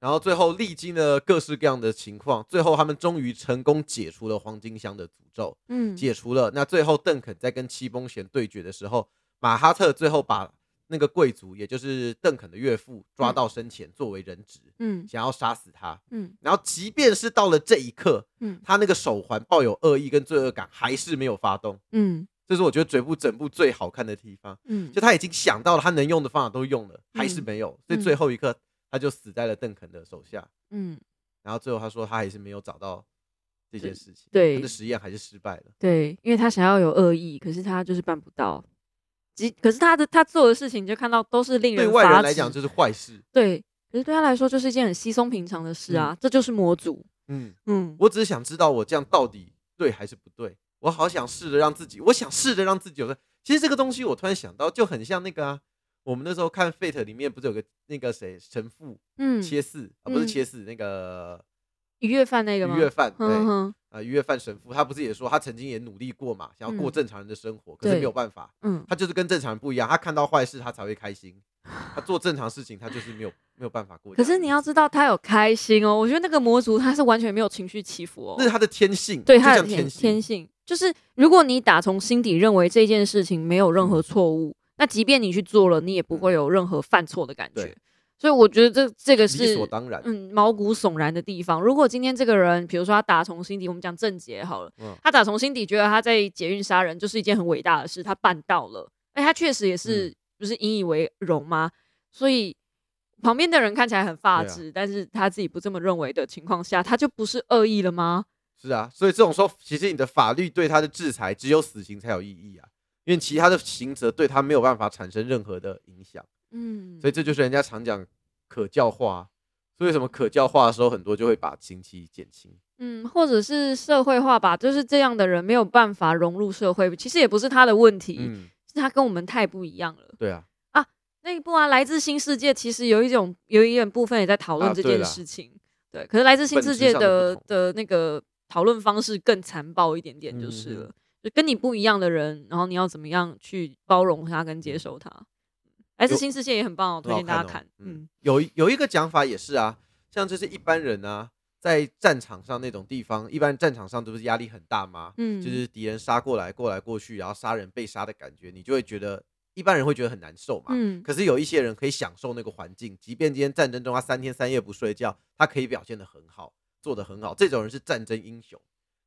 Speaker 1: 然后最后历经了各式各样的情况，最后他们终于成功解除了黄金箱的诅咒，
Speaker 2: 嗯
Speaker 1: 解除了。那最后邓肯在跟七崩贤对决的时候，马哈特最后把那个贵族，也就是邓肯的岳父抓到身前作为人质，
Speaker 2: 嗯
Speaker 1: 想要杀死他。
Speaker 2: 嗯
Speaker 1: 然后即便是到了这一刻，
Speaker 2: 嗯
Speaker 1: 他那个手环抱有恶意跟罪恶感，还是没有发动。
Speaker 2: 嗯
Speaker 1: 这是我觉得整部整部最好看的地方，
Speaker 2: 嗯
Speaker 1: 就，他已经想到了他能用的方法都用了，还是
Speaker 2: 嗯
Speaker 1: 没有，所以
Speaker 2: 嗯
Speaker 1: 最后一刻他就死在了邓肯的手下。
Speaker 2: 嗯，
Speaker 1: 然后最后他说他还是没有找到这件事情，
Speaker 2: 对
Speaker 1: 他的实验还是失败了。
Speaker 2: 对，因为他想要有恶意，可是他就是办不到。即可是他的他做的事情，就看到都是令
Speaker 1: 对
Speaker 2: 人
Speaker 1: 外
Speaker 2: 发
Speaker 1: 人来
Speaker 2: 指
Speaker 1: 讲就是坏事。
Speaker 2: 对，可是对他来说就是一件很稀松平常的事啊，这就是魔族。
Speaker 1: 嗯，
Speaker 2: 嗯
Speaker 1: 我只是想知道我这样到底对还是不对。我好想试着让自己，我想试着让自己有个。其实这个东西我突然想到，就很像那个啊，我们那时候看《Fate》里面不是有个那个谁神父
Speaker 2: 嗯，
Speaker 1: 切四、啊，不是
Speaker 2: 嗯
Speaker 1: 切四、那个
Speaker 2: 愉悦犯那
Speaker 1: 愉
Speaker 2: 个吗？
Speaker 1: 悦犯对。
Speaker 2: 哼哼，
Speaker 1: 啊，愉悦犯神父，他不是也说他曾经也努力过嘛，想要过
Speaker 2: 嗯
Speaker 1: 正常人的生活，可是没
Speaker 2: 对
Speaker 1: 有办法，
Speaker 2: 嗯
Speaker 1: 他就是跟正常人不一样，他看到坏事他才会开 心，他做正常事情他就是没有没有办法过这样
Speaker 2: 可
Speaker 1: 的日子。
Speaker 2: 是你要知道，他有开心哦。我觉得那个魔族他是完全没有情绪起伏哦
Speaker 1: 那，是他的天性，
Speaker 2: 对
Speaker 1: 就
Speaker 2: 他的
Speaker 1: 像
Speaker 2: 天
Speaker 1: 天
Speaker 2: 天性，就是如果你打从心底认为这件事情没有任
Speaker 1: 嗯
Speaker 2: 何错误，那即便你去做了，你也不会有任何犯错的感觉
Speaker 1: 对。
Speaker 2: 所以我觉得这这个
Speaker 1: 理
Speaker 2: 是
Speaker 1: 所当然。
Speaker 2: 嗯毛骨悚然的地方。如果今天这个人，比如说他打从心底，我们讲郑杰好了，
Speaker 1: 嗯
Speaker 2: 他打从心底觉得他在捷运杀人就是一件很伟大的事，他办到了，哎，他确实也是、
Speaker 1: 嗯
Speaker 2: 不是引以为荣吗？所以。旁边的人看起来很发
Speaker 1: 对啊
Speaker 2: 指，但是他自己不这么认为的情况下，他就不是恶意了吗？
Speaker 1: 是啊，所以这种时候，其实你的法律对他的制裁只有死刑才有意义啊，因为其他的刑责对他没有办法产生任何的影响，
Speaker 2: 嗯，
Speaker 1: 所以这就是人家常讲可教化啊。所以为什么可教化的时候，很多就会把刑期减轻。
Speaker 2: 嗯，或者是社会化吧，就是这样的人没有办法融入社会，其实也不是他的问题，
Speaker 1: 嗯，
Speaker 2: 是他跟我们太不一样了。
Speaker 1: 对啊，
Speaker 2: 那一部啊，《来自新世界》其实有一种有一点部分也在讨
Speaker 1: 啊
Speaker 2: 论这
Speaker 1: 对
Speaker 2: 件
Speaker 1: 啦
Speaker 2: 事情，对。可是《来自新
Speaker 1: 本
Speaker 2: 世
Speaker 1: 质
Speaker 2: 界
Speaker 1: 上的
Speaker 2: 的》
Speaker 1: 不
Speaker 2: 的那个讨论方式更残暴一点点就是
Speaker 1: 嗯
Speaker 2: 了，就跟你不一样的人，然后你要怎么样去包容他跟接受他。来自
Speaker 1: 有
Speaker 2: 新世界也很棒哦，推
Speaker 1: 嗯很好
Speaker 2: 荐大家
Speaker 1: 看哦
Speaker 2: 看。
Speaker 1: 嗯
Speaker 2: 嗯，
Speaker 1: 有一有一个讲法也是啊，像就是一般人啊，在战场上那种地方，一般战场上都不是压力很大吗？
Speaker 2: 嗯，
Speaker 1: 就是敌人杀过来，过来过去，然后杀人被杀的感觉，你就会觉得一般人会觉得很难受嘛。
Speaker 2: 嗯
Speaker 1: 可是有一些人可以享受那个环境，即便今天战争中他三天三夜不睡觉，他可以表现得很好，做得很好，这种人是战争英雄。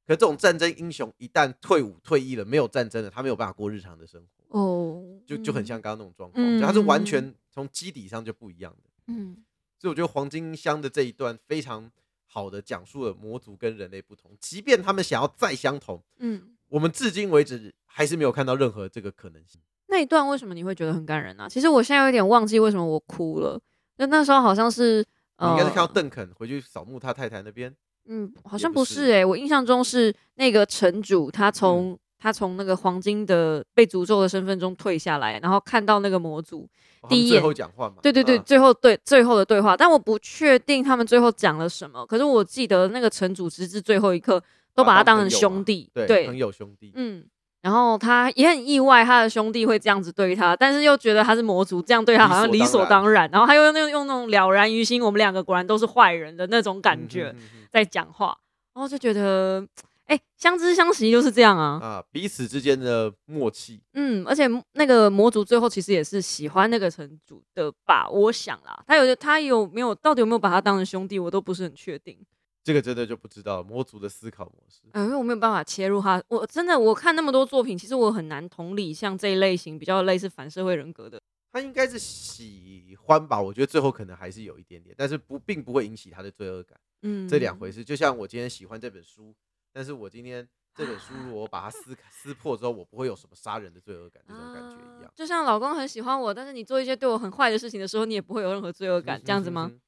Speaker 1: 可这种战争英雄一旦退伍退役了，没有战争了，他没有办法过日常的生活，
Speaker 2: 哦，
Speaker 1: 就就很像刚刚那种状况，
Speaker 2: 嗯
Speaker 1: 就他是完全从基底上就不一样的。
Speaker 2: 嗯，
Speaker 1: 所以我觉得黄金香的这一段非常好的讲述了魔族跟人类不同，即便他们想要再相同，
Speaker 2: 嗯嗯。
Speaker 1: 我们至今为止还是没有看到任何这个可能性。
Speaker 2: 那一段为什么你会觉得很感人啊？其实我现在有点忘记为什么我哭了。就那时候好像是，
Speaker 1: 哦你
Speaker 2: 呃，
Speaker 1: 应该是看到邓肯回去扫墓他太太那边，
Speaker 2: 嗯，好
Speaker 1: 也
Speaker 2: 像
Speaker 1: 不
Speaker 2: 不
Speaker 1: 是嗯
Speaker 2: 是诶、我印象中是那个城主他从、他从那个黄金的被诅咒的身份中退下来，然后看到那个魔族，
Speaker 1: 哦他们
Speaker 2: 第一
Speaker 1: 最
Speaker 2: 眼
Speaker 1: 后讲话嘛，
Speaker 2: 对对对，
Speaker 1: 啊
Speaker 2: 最后对最后的对话，但我不确定他们最后讲了什么。可是我记得那个城主直至最后一刻都
Speaker 1: 把
Speaker 2: 把
Speaker 1: 他
Speaker 2: 他
Speaker 1: 当
Speaker 2: 当
Speaker 1: 朋
Speaker 2: 成
Speaker 1: 友嘛
Speaker 2: 兄弟，
Speaker 1: 对，朋友兄弟，
Speaker 2: 嗯。然后他也很意外，他的兄弟会这样子对他，但是又觉得他是魔族，这样对他好像
Speaker 1: 理
Speaker 2: 理
Speaker 1: 所
Speaker 2: 所
Speaker 1: 当
Speaker 2: 当然。然后他又用用那种了然于心，我们两个果然都是坏人的那种感觉。
Speaker 1: 嗯哼哼
Speaker 2: 在讲话，然后就觉得，哎、相知相惜就是这样
Speaker 1: 哼
Speaker 2: 啊。
Speaker 1: 啊，彼此之间的默契，
Speaker 2: 嗯，而且那个魔族最后其实也是喜欢那个城主的吧，我想啦，他有他有没有到底有没有把他当成兄弟，我都不是很确定。
Speaker 1: 这个真的就不知道了魔族的思考模式。
Speaker 2: 呃，因为我没有办法切入他，我真的我看那么多作品，其实我很难同理像这一类型比较类似反社会人格的。
Speaker 1: 他应该是喜欢吧，我觉得最后可能还是有一点点，但是不并不会引起他的罪恶感，
Speaker 2: 嗯，
Speaker 1: 这两回事。就像我今天喜欢这本书，但是我今天这本书如果我把它撕撕破之后，我不会有什么杀人的罪恶感这种感觉一样
Speaker 2: 啊。就像老公很喜欢我，但是你做一些对我很坏的事情的时候，你也不会有任何罪恶啊感，这样子吗？？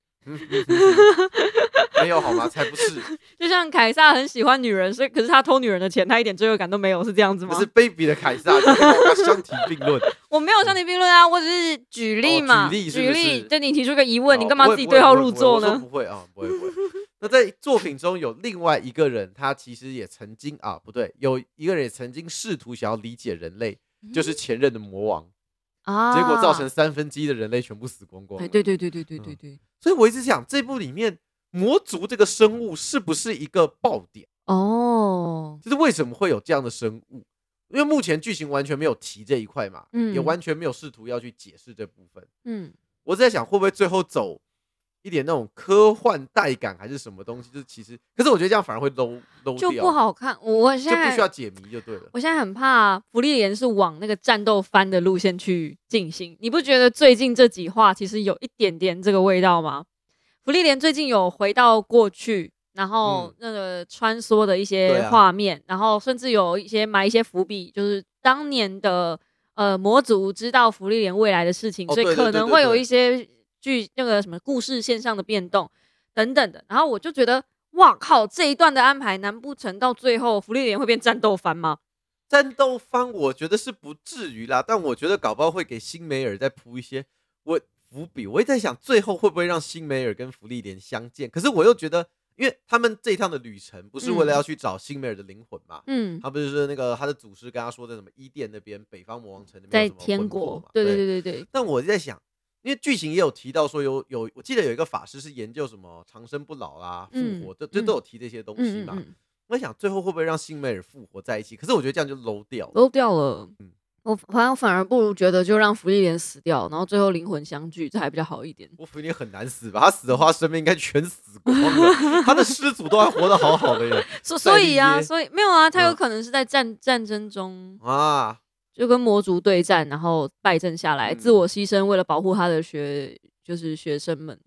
Speaker 1: 没有好吗？才不 是，
Speaker 2: 就像凯撒很喜欢女人，所以可是他偷女人的钱，他一点罪恶感都没有，是这样子
Speaker 1: 不
Speaker 2: 吗？
Speaker 1: 是卑鄙的凯撒，你跟我相提并论。
Speaker 2: 我没有相提并论啊，我只是举例嘛，
Speaker 1: 哦举例是不是
Speaker 2: 对你提出个疑问，
Speaker 1: 哦
Speaker 2: 你干嘛
Speaker 1: 不会
Speaker 2: 自己
Speaker 1: 不会
Speaker 2: 对号
Speaker 1: 不会
Speaker 2: 入
Speaker 1: 不会
Speaker 2: 座
Speaker 1: 我说
Speaker 2: 呢？
Speaker 1: 不会啊，不会不会。那在作品中有另外一个人，他其实也曾经啊，不对，有一个人也曾经试图想要理解人类，就是前任的魔王，
Speaker 2: 嗯啊
Speaker 1: 结果造成三分之一的人类全部死光光
Speaker 2: 哎，
Speaker 1: 了。
Speaker 2: 对对对对对对
Speaker 1: 嗯
Speaker 2: 对，
Speaker 1: 所以我一直想，这部里面魔族这个生物是不是一个爆点？
Speaker 2: 哦，
Speaker 1: 就是为什么会有这样的生物？因为目前剧情完全没有提这一块嘛，
Speaker 2: 嗯
Speaker 1: 也完全没有试图要去解释这部分。
Speaker 2: 嗯，
Speaker 1: 我是在想，会不会最后走一点那种科幻带感，还是什么东西？就是其实，可是我觉得这样反而会 low low
Speaker 2: 就
Speaker 1: 掉
Speaker 2: 不，好看。我我
Speaker 1: 就
Speaker 2: 现
Speaker 1: 不
Speaker 2: 在
Speaker 1: 需要解谜就对了。
Speaker 2: 我现在很怕福利莲是往那个战斗番的路线去进行，你不觉得最近这几话其实有一点点这个味道吗？福利莲最近有回到过去，然后
Speaker 1: 嗯
Speaker 2: 那个穿梭的一
Speaker 1: 对
Speaker 2: 些
Speaker 1: 啊
Speaker 2: 画面，然后甚至有一些埋一些伏笔，就是当年的呃魔族知道福利莲未来的事情，
Speaker 1: 哦
Speaker 2: 所
Speaker 1: 对
Speaker 2: 以
Speaker 1: 对
Speaker 2: 可
Speaker 1: 对
Speaker 2: 能
Speaker 1: 对
Speaker 2: 会有
Speaker 1: 对
Speaker 2: 一些剧那个什么故事线上的变动等等的。然后我就觉得，哇靠，这一段的安排，难不成到最后福利莲会变战斗番吗？
Speaker 1: 战斗番我觉得是不至于啦，但我觉得搞不好会给辛梅尔再铺一些我伏笔。我也在想，最后会不会让辛梅尔跟福利莲相见？可是我又觉得，因为他们这一趟的旅程不是为了
Speaker 2: 嗯
Speaker 1: 要去找辛梅尔的灵魂嘛，
Speaker 2: 嗯，
Speaker 1: 他不是说那个他的祖师跟他说在什么伊甸那边，北方魔王城那边
Speaker 2: 在
Speaker 1: 有什么
Speaker 2: 天
Speaker 1: 魂魄
Speaker 2: 国
Speaker 1: 嘛，
Speaker 2: 对对对对对，
Speaker 1: 但我在想，因为剧情也有提到说有有，我记得有一个法师是研究什么长生不老啦、
Speaker 2: 嗯
Speaker 1: 复活，这这
Speaker 2: 嗯
Speaker 1: 都有提这些东西
Speaker 2: 嗯
Speaker 1: 嘛。
Speaker 2: 嗯
Speaker 1: 我在想最后会不会让辛梅尔复活在一起？可是我觉得这样就 low 掉了。
Speaker 2: ，low 掉了
Speaker 1: 嗯。
Speaker 2: 我反正反而不如觉得就让福利莲死掉，然后最后灵魂相聚，这还比较好一点。
Speaker 1: 我福音很难死吧？他死的话，生命应该全死光了。 他的师祖都还活得好好的耶！
Speaker 2: 所所以
Speaker 1: 在立
Speaker 2: 啊，
Speaker 1: 约
Speaker 2: 所以没有啊，他有
Speaker 1: 嗯
Speaker 2: 可能是在战战争中
Speaker 1: 啊，
Speaker 2: 就跟魔族对战，然后败阵下来，
Speaker 1: 嗯
Speaker 2: 自我牺牲，为了保护他的学就是学生们。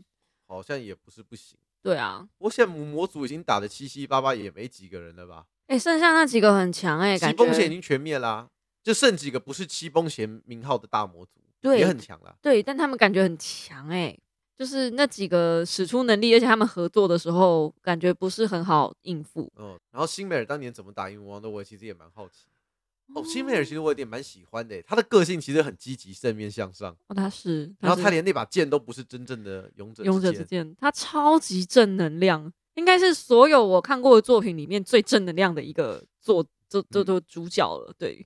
Speaker 1: 好像也不是不行。
Speaker 2: 对啊，
Speaker 1: 我现在魔魔族已经打的七七八八，也没几个人了吧？
Speaker 2: 哎、剩下那几个很强哎、
Speaker 1: 七
Speaker 2: 感
Speaker 1: 崩弦已
Speaker 2: 觉
Speaker 1: 经全灭啦、就剩几个不是七崩弦名号的大魔族，
Speaker 2: 对
Speaker 1: 也很强啦。
Speaker 2: 对，但他们感觉很强哎、就是那几个使出能力，而且他们合作的时候感觉不是很好应付。
Speaker 1: 嗯，然后辛美尔当年怎么打赢魔王的，我其实也蛮好奇。哦，辛美尔其实我有点蛮喜欢的耶，欸他的个性其实很积极、正面向上，
Speaker 2: 哦，他是，
Speaker 1: 然后
Speaker 2: 是
Speaker 1: 他连那把剑都不是真正的勇者
Speaker 2: 勇者之
Speaker 1: 剑。
Speaker 2: 剑，他超级正能量，应该是所有我看过的作品里面最正能量的一个作作
Speaker 1: 嗯
Speaker 2: 作作主角了。对，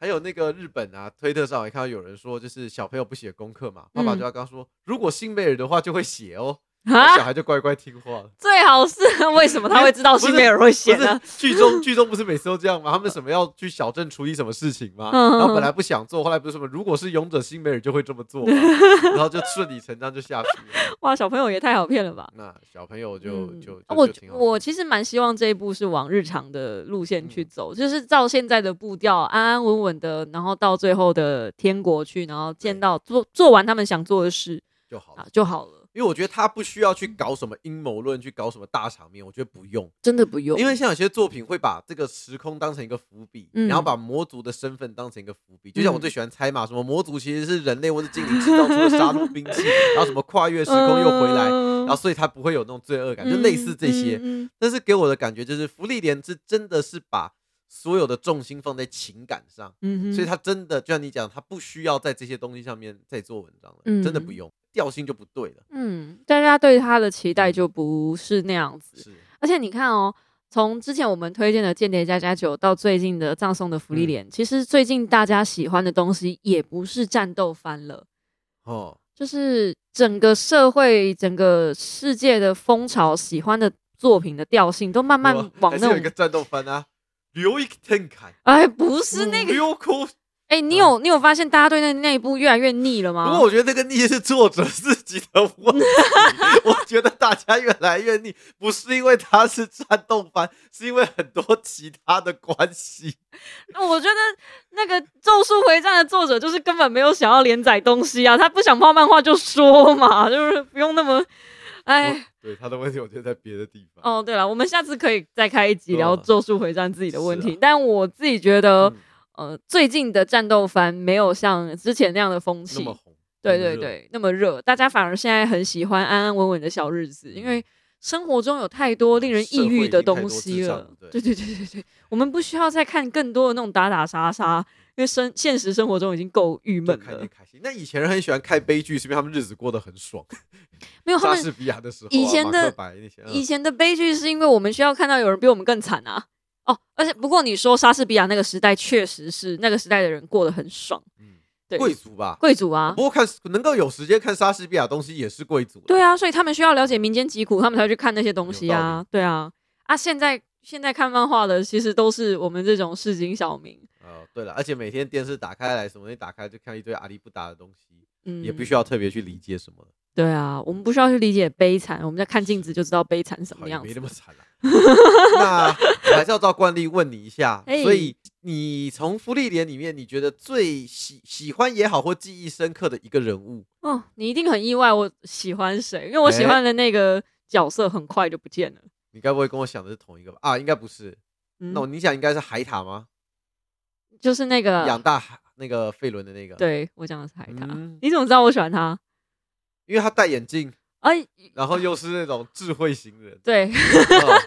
Speaker 1: 还有那个日本啊，推特上我也看到有人说，就是小朋友不写功课嘛，爸爸就
Speaker 2: 嗯
Speaker 1: 要跟他说，如果辛美尔的话就会写哦。小
Speaker 2: 啊，
Speaker 1: 孩就乖乖听话了。
Speaker 2: 最好是为什么他会知道
Speaker 1: 不是
Speaker 2: 西梅尔会
Speaker 1: 不
Speaker 2: 写
Speaker 1: 是
Speaker 2: 呢？
Speaker 1: 剧 中剧中不是每次都这样吗？他们什么要去小镇处理什么事情吗？
Speaker 2: 嗯嗯嗯
Speaker 1: 然后本来不想做，后来不是什么如果是勇者辛梅尔就会这么 做嘛，然后就顺理成章就下去了。
Speaker 2: 哇，小朋友也太好骗了吧！
Speaker 1: 那小朋友 就
Speaker 2: 嗯
Speaker 1: 就就
Speaker 2: 我
Speaker 1: 就挺好
Speaker 2: 我其实蛮希望这一部是往日常的路线
Speaker 1: 嗯
Speaker 2: 去走，就是照现在的步调，安安稳稳的，然后到最后的天国去，然后见
Speaker 1: 对
Speaker 2: 到做做完他们想做的事
Speaker 1: 就好
Speaker 2: 啊
Speaker 1: 了，
Speaker 2: 就好了，
Speaker 1: 因为我觉得他不需要去搞什么阴谋论，去搞什么大场面，我觉得不用。
Speaker 2: 真的不用，
Speaker 1: 因为像有些作品会把这个时空当成一个伏笔，
Speaker 2: 嗯
Speaker 1: 然后把魔族的身份当成一个伏笔。就像我
Speaker 2: 嗯
Speaker 1: 最喜欢猜嘛，什么魔族其实是人类或者精灵制造出的杀戮兵器，然后什么跨越时空又回来，
Speaker 2: 嗯
Speaker 1: 然后所以他不会有那种罪恶感，就类似这些。
Speaker 2: 嗯嗯嗯
Speaker 1: 但是给我的感觉就是，福利莲是真的是把所有的重心放在情感上，
Speaker 2: 嗯哼
Speaker 1: 所以他真的就像你讲，他不需要在这些东西上面再做文章了，
Speaker 2: 嗯
Speaker 1: 真的不用，调性就不对了。
Speaker 2: 嗯，大家对他的期
Speaker 1: 嗯
Speaker 2: 待就不是那样子。
Speaker 1: 是，
Speaker 2: 而且你看哦，从之前我们推荐的《间谍加加酒》到最近的《葬送的福
Speaker 1: 嗯
Speaker 2: 利脸》其实最近大家喜欢的东西也不是战斗番了，
Speaker 1: 哦，
Speaker 2: 就是整个社会、整个世界的风潮喜欢的作品的调性都慢慢
Speaker 1: 我
Speaker 2: 往
Speaker 1: 还是
Speaker 2: 那
Speaker 1: 有一个
Speaker 2: 种。
Speaker 1: 战斗番啊，刘一天凯。
Speaker 2: 哎，不是那个，
Speaker 1: 溜哭
Speaker 2: 哎、你有你有发现大家对那那一部越来越腻了
Speaker 1: 不
Speaker 2: 吗
Speaker 1: 过？我觉得这个腻是作者自己的问 题，我觉得大家越来越腻，不是因为他是战斗番，是因为很多其他的关系。
Speaker 2: 那我觉得那个《咒术回战》的作者就是根本没有想要连载东西啊，他不想泡漫画就说嘛，就是不用那么，哎，
Speaker 1: 对他的问题，我觉得在别的地方。
Speaker 2: 哦，对了，我们下次可以再开一集聊
Speaker 1: 对
Speaker 2: 《
Speaker 1: 啊
Speaker 2: 咒术回战》自己的问题，
Speaker 1: 是啊
Speaker 2: 但我自己觉得
Speaker 1: 嗯，
Speaker 2: 呃，最近的战斗番没有像之前那样的风
Speaker 1: 那
Speaker 2: 气
Speaker 1: 么，红，
Speaker 2: 对
Speaker 1: 那么
Speaker 2: 对
Speaker 1: 热，
Speaker 2: 对，那么热，大家反而现在很喜欢安安稳稳的小日子，
Speaker 1: 嗯
Speaker 2: 因为生活中有太多令人抑郁的东西
Speaker 1: 社。会已经太多智
Speaker 2: 了
Speaker 1: 障了
Speaker 2: 对
Speaker 1: 对
Speaker 2: 对对对对，我们不需要再看更多的那种打打杀杀，因为生现实生活中已经够郁闷
Speaker 1: 就看
Speaker 2: 了
Speaker 1: 见。开心。那以前人很喜欢看悲剧，是因为他们日子过得很爽。
Speaker 2: 没有他
Speaker 1: 莎
Speaker 2: 们
Speaker 1: 士比亚的时候啊，
Speaker 2: 以前的
Speaker 1: 马克白那些，
Speaker 2: 以
Speaker 1: 嗯
Speaker 2: 前的悲剧是因为我们需要看到有人比我们更惨啊。哦，而且不过你说莎士比亚那个时代确实是那个时代的人过得很爽，
Speaker 1: 嗯
Speaker 2: 对
Speaker 1: 贵族嗯吧。
Speaker 2: 贵族啊
Speaker 1: 不。过看能够有时间看莎士比亚的东西也是贵族了。
Speaker 2: 对啊，所以他们需要了解民间疾苦，他们才会去看那些东
Speaker 1: 有
Speaker 2: 西
Speaker 1: 道
Speaker 2: 啊。对啊，啊，现在现在看漫画的其实都是我们这种市井小民，
Speaker 1: 哦，对了，而且每天电视打开来，什么东西打开就看一堆阿里不达的东西，
Speaker 2: 嗯，
Speaker 1: 也不需要特别去理解什么，
Speaker 2: 对啊，我们不需要去理解悲惨，我们在看镜子就知道悲惨什
Speaker 1: 好
Speaker 2: 么
Speaker 1: 也
Speaker 2: 样
Speaker 1: 没
Speaker 2: 子
Speaker 1: 那。么惨啦。 那我还是要照惯例问你一下，
Speaker 2: 哎
Speaker 1: 所以你从福利连里面，你觉得最喜喜欢也好，或记忆深刻的一个人物，
Speaker 2: 哦，你一定很意外我喜欢谁，因为我喜
Speaker 1: 哎
Speaker 2: 欢的那个角色很快就不见了。
Speaker 1: 你该不会跟我想的是同一个吧？啊，应该不是。
Speaker 2: 嗯
Speaker 1: 那，我你想应该是海塔吗？
Speaker 2: 就是那
Speaker 1: 养
Speaker 2: 个，
Speaker 1: 大海那个费伦的那个，，
Speaker 2: 呃对我讲的是海獭。
Speaker 1: 嗯
Speaker 2: 你怎么知道我喜欢他？
Speaker 1: 因为他戴眼镜，
Speaker 2: 哎，。
Speaker 1: 然后又是那种智慧型人
Speaker 2: 对，
Speaker 1: 哦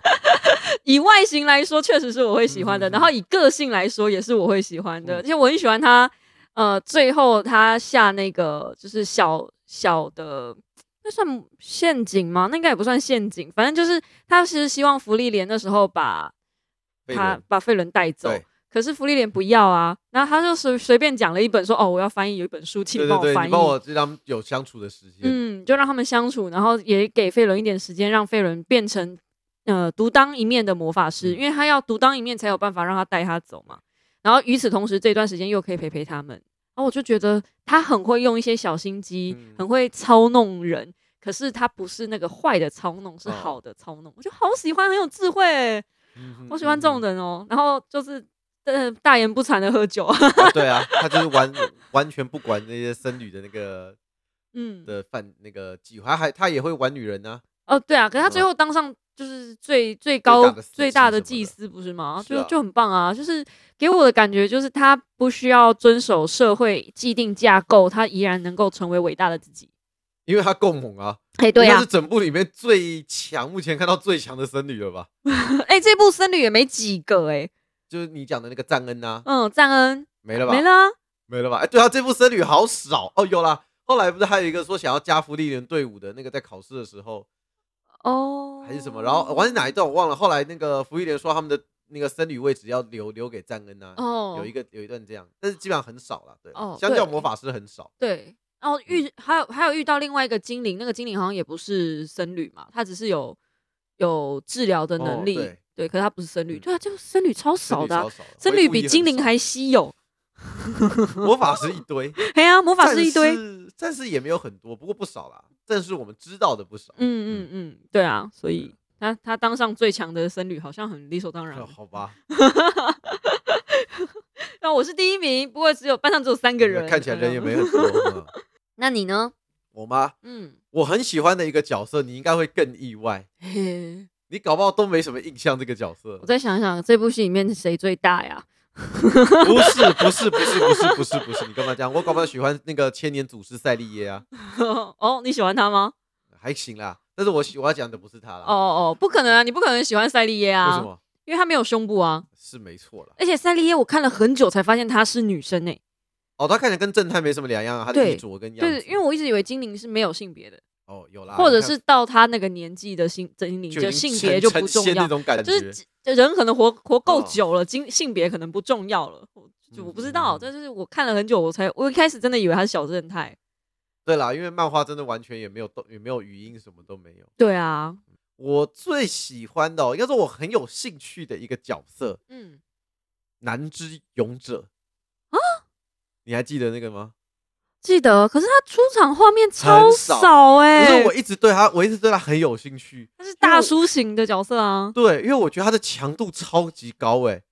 Speaker 2: 以外形来说，确实是我会喜欢的。
Speaker 1: 嗯
Speaker 2: 然后以个性来说，也是我会喜欢的。
Speaker 1: 嗯
Speaker 2: 而且我很喜欢他，呃，最后他下那个就是小小的，那算陷阱吗？那应该也不算陷阱，反正就是他其实希望福利连那时候把
Speaker 1: 费
Speaker 2: 他
Speaker 1: 伦
Speaker 2: 把费伦带走
Speaker 1: 对。
Speaker 2: 可是福利连不要啊，然后他就随随便讲了一本说哦，我要翻译有一本书，请
Speaker 1: 对
Speaker 2: 帮
Speaker 1: 对对，
Speaker 2: 我翻
Speaker 1: 你
Speaker 2: 译。
Speaker 1: 帮我让有相处的时间。
Speaker 2: 嗯，就让他们相处，然后也给费伦一点时间，让费伦变成呃独当一面的魔法师，
Speaker 1: 嗯
Speaker 2: 因为他要独当一面才有办法让他带他走嘛。然后与此同时，这段时间又可以陪陪他们。然后我就觉得他很会用一些小心机，
Speaker 1: 嗯
Speaker 2: 很会操弄人，可是他不是那个坏的操弄，是
Speaker 1: 哦
Speaker 2: 好的操弄。我就好喜欢，很有智慧欸、
Speaker 1: 嗯哼
Speaker 2: 我喜欢这种
Speaker 1: 嗯哼
Speaker 2: 人哦、然后就是呃大言不惭的喝酒，
Speaker 1: 啊对啊，他就是完完全不管那些僧侣的那个
Speaker 2: 嗯，
Speaker 1: 的犯那个计划，还他也会玩女人呢、
Speaker 2: 哦，对啊，可是他最
Speaker 1: 嗯
Speaker 2: 后当上就是最最高
Speaker 1: 的司
Speaker 2: 最
Speaker 1: 机
Speaker 2: 大
Speaker 1: 什
Speaker 2: 的
Speaker 1: 么
Speaker 2: 祭
Speaker 1: 的
Speaker 2: 司，不是吗？
Speaker 1: 是
Speaker 2: 就
Speaker 1: 啊
Speaker 2: 就很棒啊！就是给我的感觉就是他不需要遵守社会既定架构，他依然能够成为伟大的自己。
Speaker 1: 因为他够猛啊，
Speaker 2: 哎，对
Speaker 1: 应该
Speaker 2: 啊
Speaker 1: 是，整部里面最强，目前看到最强的僧侣了吧？
Speaker 2: 哎，这部僧侣也没几个哎，
Speaker 1: 就是你讲的那个赞恩呐、
Speaker 2: 嗯，赞恩
Speaker 1: 没了吧？
Speaker 2: 没了啊，
Speaker 1: 没了吧？哎、对啊，这部僧侣好少哦，有啦。后来不是还有一个说想要加福利人队伍的那个，在考试的时候
Speaker 2: 哦，
Speaker 1: 还是什么，然后呃完是哪一段我忘了。后来那个福利人说他们的那个僧侣位置要留留给赞恩呐、啊
Speaker 2: 哦，
Speaker 1: 有一个有一段这样，但是基本上很少了，对，
Speaker 2: 哦
Speaker 1: 相较
Speaker 2: 对
Speaker 1: 魔法师很少。
Speaker 2: 对，然后遇还有还有遇到另外一个精灵，那个精灵好像也不是僧侣嘛，他只是有有治疗的
Speaker 1: 哦
Speaker 2: 能力，
Speaker 1: 对
Speaker 2: 对，可是他不是僧侣，
Speaker 1: 嗯
Speaker 2: 对啊，这个僧侣超
Speaker 1: 僧
Speaker 2: 少
Speaker 1: 侣
Speaker 2: 的啊、
Speaker 1: 超少的，
Speaker 2: 僧
Speaker 1: 回
Speaker 2: 侣
Speaker 1: 复
Speaker 2: 比
Speaker 1: 也
Speaker 2: 精
Speaker 1: 很
Speaker 2: 灵
Speaker 1: 少
Speaker 2: 还稀有，
Speaker 1: 魔法师一堆，
Speaker 2: 哎呀， 魔法师 一堆，
Speaker 1: 战士，战士也没有很多，不过不少啦。战士我们知道的不少，
Speaker 2: 嗯嗯嗯，对啊，所以
Speaker 1: 嗯
Speaker 2: 他他当上最强的僧侣好像很理所当然
Speaker 1: 呃，。好 吧，
Speaker 2: 那我是第一名，不过只有班上只有三个人，
Speaker 1: 看起来人也
Speaker 2: 嗯
Speaker 1: 没很多。嗯
Speaker 2: 那你呢？
Speaker 1: 我吗？
Speaker 2: 嗯，
Speaker 1: 我很喜欢的一个角色，你应该会更意外，
Speaker 2: 嘿嘿，
Speaker 1: 你搞不好都没什么印象这个角色
Speaker 2: 我。再想想这部戏里面谁最大呀？
Speaker 1: 不是不是不是不是不是不是，你干嘛这样？我搞不好喜欢那个千年祖师赛利耶啊，
Speaker 2: 哦，你喜欢他吗？
Speaker 1: 还行啦。但是我喜我要讲的不是他啦，
Speaker 2: 哦哦，不可能啊，你不可能喜欢塞利耶
Speaker 1: 为什
Speaker 2: 啊，
Speaker 1: 么？
Speaker 2: 因为他没有胸部啊。
Speaker 1: 是没错啦。
Speaker 2: 而且塞利耶，我看了很久才发现她是女生诶、
Speaker 1: 哦，他看起来跟正太没什么两样啊，他的
Speaker 2: 对
Speaker 1: 衣着跟样
Speaker 2: 就是
Speaker 1: 子。
Speaker 2: 因为我一直以为精灵是没有性别的，
Speaker 1: 哦有啦，
Speaker 2: 或者
Speaker 1: 你看
Speaker 2: 是到她那个年纪的性精灵，
Speaker 1: 就已
Speaker 2: 就
Speaker 1: 经
Speaker 2: 性
Speaker 1: 成
Speaker 2: 别就不
Speaker 1: 成
Speaker 2: 重
Speaker 1: 仙那
Speaker 2: 要，
Speaker 1: 种感觉，
Speaker 2: 就是只就人可能活活够
Speaker 1: 哦
Speaker 2: 久了，精、性别可能不重要了。我就我不知道，
Speaker 1: 嗯
Speaker 2: 但是我看了很久，我才我一开始真的以为她是小正太。
Speaker 1: 对啦，因为漫画真的完全也没有动，也没有语音，什么都没有。
Speaker 2: 对啊，
Speaker 1: 我最喜欢的、哦，应该说我很有兴趣的一个角色
Speaker 2: 嗯，
Speaker 1: ——南之勇者
Speaker 2: 啊，
Speaker 1: 你还记得那个吗？
Speaker 2: 记得。可是她出场画面超
Speaker 1: 很少
Speaker 2: 少
Speaker 1: 可
Speaker 2: 哎、
Speaker 1: 是我一直对他，我一直对他很有兴趣。
Speaker 2: 她是大叔型的角色啊。
Speaker 1: 对，因为我觉得他的强度超级高诶。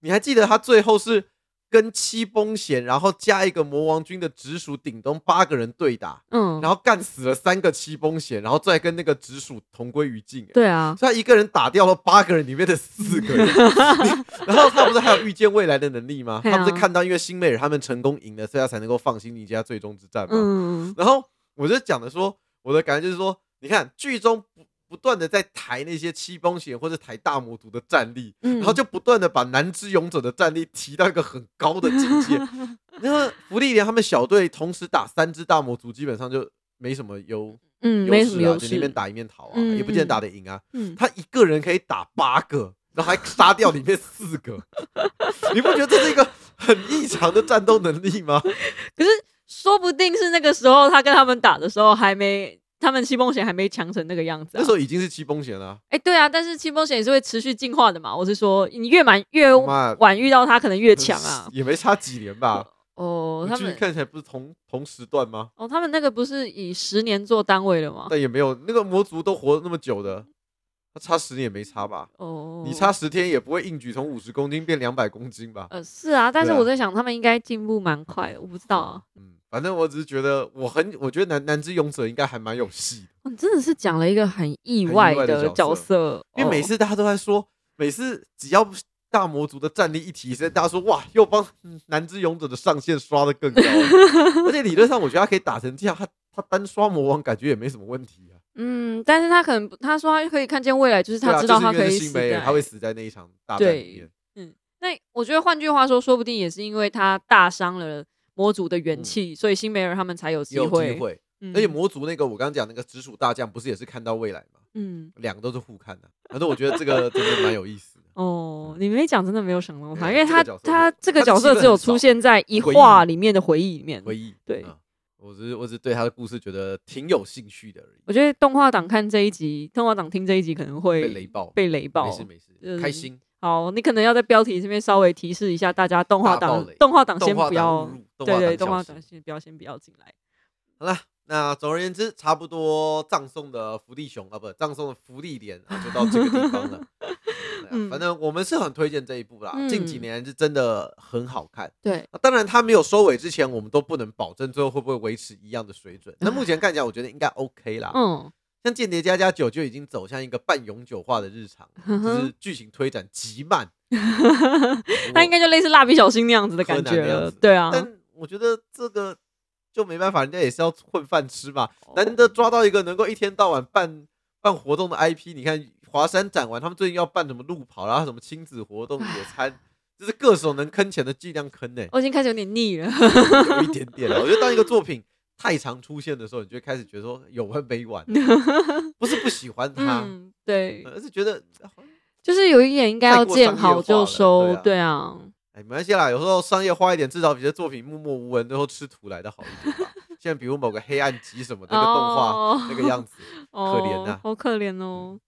Speaker 1: 你还记得他最后是跟七崩贤，然后加一个魔王军的直属顶东八个人对打，
Speaker 2: 嗯，
Speaker 1: 然后干死了三个七崩贤，然后再跟那个直属同归于尽。诶。
Speaker 2: 对啊，
Speaker 1: 所以他一个人打掉了八个人里面的四个 人，然后他不是还有预见未来的能力吗？
Speaker 2: 对啊
Speaker 1: 他不是看到因为辛美尔他们成功赢了，所以他才能够放心迎接他最终之战吗？
Speaker 2: 嗯，
Speaker 1: 然后我就讲的说，我的感觉就是说，你看剧中不不断的在抬那些七崩险或者抬大魔族的战力，
Speaker 2: 嗯
Speaker 1: 然后就不断的把南之勇者的战力提到一个很高的境 界。因为福利连他们小队同时打三只大魔族，基本上就没什么优
Speaker 2: 嗯，没
Speaker 1: 优
Speaker 2: 什
Speaker 1: 势
Speaker 2: 么
Speaker 1: 啊，
Speaker 2: 优
Speaker 1: 就
Speaker 2: 势，
Speaker 1: 一面打一面逃啊，
Speaker 2: 嗯
Speaker 1: 也不见得打得赢啊。
Speaker 2: 嗯，
Speaker 1: 他一个人可以打八个，然后还杀掉里面四个， 你不觉得这是一个很异常的战斗能力 吗？
Speaker 2: 可是说不定是那个时候他跟他们打的时候还没，他们七风险还没强成那个样子、
Speaker 1: 那
Speaker 2: 啊
Speaker 1: 时。候已经是七崩险了啊，
Speaker 2: 哎、对啊，但是七风险也是会持续进化的嘛。我是说，你越晚越
Speaker 1: 妈
Speaker 2: 晚遇到他，可能越强啊。
Speaker 1: 也没差几年吧。
Speaker 2: 哦，他
Speaker 1: 你
Speaker 2: 们
Speaker 1: 剧看起来不是同同时段吗？
Speaker 2: 哦，他们那个不是以十年做单位的吗？
Speaker 1: 但也没有那个魔族都活那么久的，他差十年也没差吧？
Speaker 2: 哦，
Speaker 1: 你差十天也不会硬举从五十公斤变两百公斤吧？
Speaker 2: 呃是啊，但是
Speaker 1: 对啊
Speaker 2: 我在想，他们应该进步蛮快的，我不知道啊。
Speaker 1: 嗯，反正我只是觉得我很，我觉得男男之勇者应该还蛮有戏的。
Speaker 2: 哦你真的是讲了一个很意
Speaker 1: 很意
Speaker 2: 外
Speaker 1: 外的
Speaker 2: 的
Speaker 1: 角
Speaker 2: 角
Speaker 1: 色
Speaker 2: 色，
Speaker 1: 因为每
Speaker 2: 哦
Speaker 1: 次大家都在说，每次只要大魔族的战力一提升，大家说哇，又帮嗯南之勇者的上限刷的更高了， 而且理论上我觉得他可以打成这样，他他单刷魔王感觉也没什么问题啊。
Speaker 2: 嗯，但是他可能不他说他可以看见未来，就是
Speaker 1: 对
Speaker 2: 他知道
Speaker 1: 啊、
Speaker 2: 他
Speaker 1: 就是因
Speaker 2: 可
Speaker 1: 为是
Speaker 2: 以死哎
Speaker 1: 辛梅
Speaker 2: 在。
Speaker 1: 尔，他会死在那一场大战里面。
Speaker 2: 那我觉得换句话说，说不定也是因为他大伤了魔族的元
Speaker 1: 嗯
Speaker 2: 气，所以辛梅尔他们才有机
Speaker 1: 有
Speaker 2: 会。
Speaker 1: 机会，
Speaker 2: 嗯
Speaker 1: 而且魔族那个我刚刚讲那个直属大将，不是也是看到未来吗？
Speaker 2: 嗯
Speaker 1: 两个都是互看的、反正我觉得这个真的蛮有意思的。
Speaker 2: 哦，你没讲真的没有想到他，因
Speaker 1: 对
Speaker 2: 为
Speaker 1: 这
Speaker 2: 他
Speaker 1: 个角色
Speaker 2: 他
Speaker 1: 我
Speaker 2: 这个
Speaker 1: 他
Speaker 2: 角
Speaker 1: 基
Speaker 2: 色
Speaker 1: 本
Speaker 2: 只有
Speaker 1: 很
Speaker 2: 出
Speaker 1: 少
Speaker 2: 现在一
Speaker 1: 回
Speaker 2: 画
Speaker 1: 忆
Speaker 2: 里面的回忆里面。
Speaker 1: 回忆
Speaker 2: 对
Speaker 1: 嗯我只是我只是对他的故事觉得挺有兴趣的而已。
Speaker 2: 我觉得动画党看这一集，动画党听这一集可能会
Speaker 1: 被雷爆，
Speaker 2: 被雷爆
Speaker 1: 没事没事，
Speaker 2: 嗯
Speaker 1: 开心。
Speaker 2: 好，你可能要在标题这边稍微提示一下大家，动画
Speaker 1: 大爆
Speaker 2: 党
Speaker 1: 雷
Speaker 2: 动画党先
Speaker 1: 动画
Speaker 2: 不
Speaker 1: 党
Speaker 2: 要
Speaker 1: 误入，动
Speaker 2: 对
Speaker 1: 画
Speaker 2: 对，
Speaker 1: 党
Speaker 2: 动画
Speaker 1: 消失
Speaker 2: 党先不要先不要进来。
Speaker 1: 好了，那总而言之，差不多葬送的福利熊啊，不，葬送的福利脸啊，就到这个地方 了。对啊
Speaker 2: 嗯
Speaker 1: 反正我们是很推荐这一部啦，近几
Speaker 2: 嗯
Speaker 1: 年是真的很好看。
Speaker 2: 对，
Speaker 1: 啊当然，它没有收尾之前，我们都不能保证最后会不会维持一样的水准。那目前看起来，我觉得应该 OK 啦。
Speaker 2: 嗯，
Speaker 1: 像《间谍加加九》就已经走向一个半永久化的日常了， 就是剧情推展极慢。
Speaker 2: 他应该就类似蜡笔小新那样子的
Speaker 1: 柯
Speaker 2: 感
Speaker 1: 南
Speaker 2: 觉
Speaker 1: 那样
Speaker 2: 了，
Speaker 1: 子
Speaker 2: 对啊。
Speaker 1: 但我觉得这个就没办法，人家也是要混饭吃嘛。
Speaker 2: 哦
Speaker 1: 难得抓到一个能够一天到晚办办活动的 IP，你看华山展完，他们最近要办什么路跑，然后什么亲子活动、野餐，就是各种能坑钱的尽量坑呢、
Speaker 2: 我已经开始有点腻了。
Speaker 1: 啊有一点点啊了。我觉得当一个作品太常出现的时候，你就会开始觉得说有完没完，啊 不是不喜欢它，呃
Speaker 2: 嗯，对，
Speaker 1: 而是觉得
Speaker 2: 就是有一点应该要见好就收，
Speaker 1: 太过商业
Speaker 2: 对啊，
Speaker 1: 哎，没关系啦，有时候商业化一点，至少比这作品默默无闻，最后吃土来的好一点吧。现在比如某个黑暗集什么那个动画
Speaker 2: 哦
Speaker 1: 那个样子，可怜
Speaker 2: 哦
Speaker 1: 啊
Speaker 2: 好可怜哦。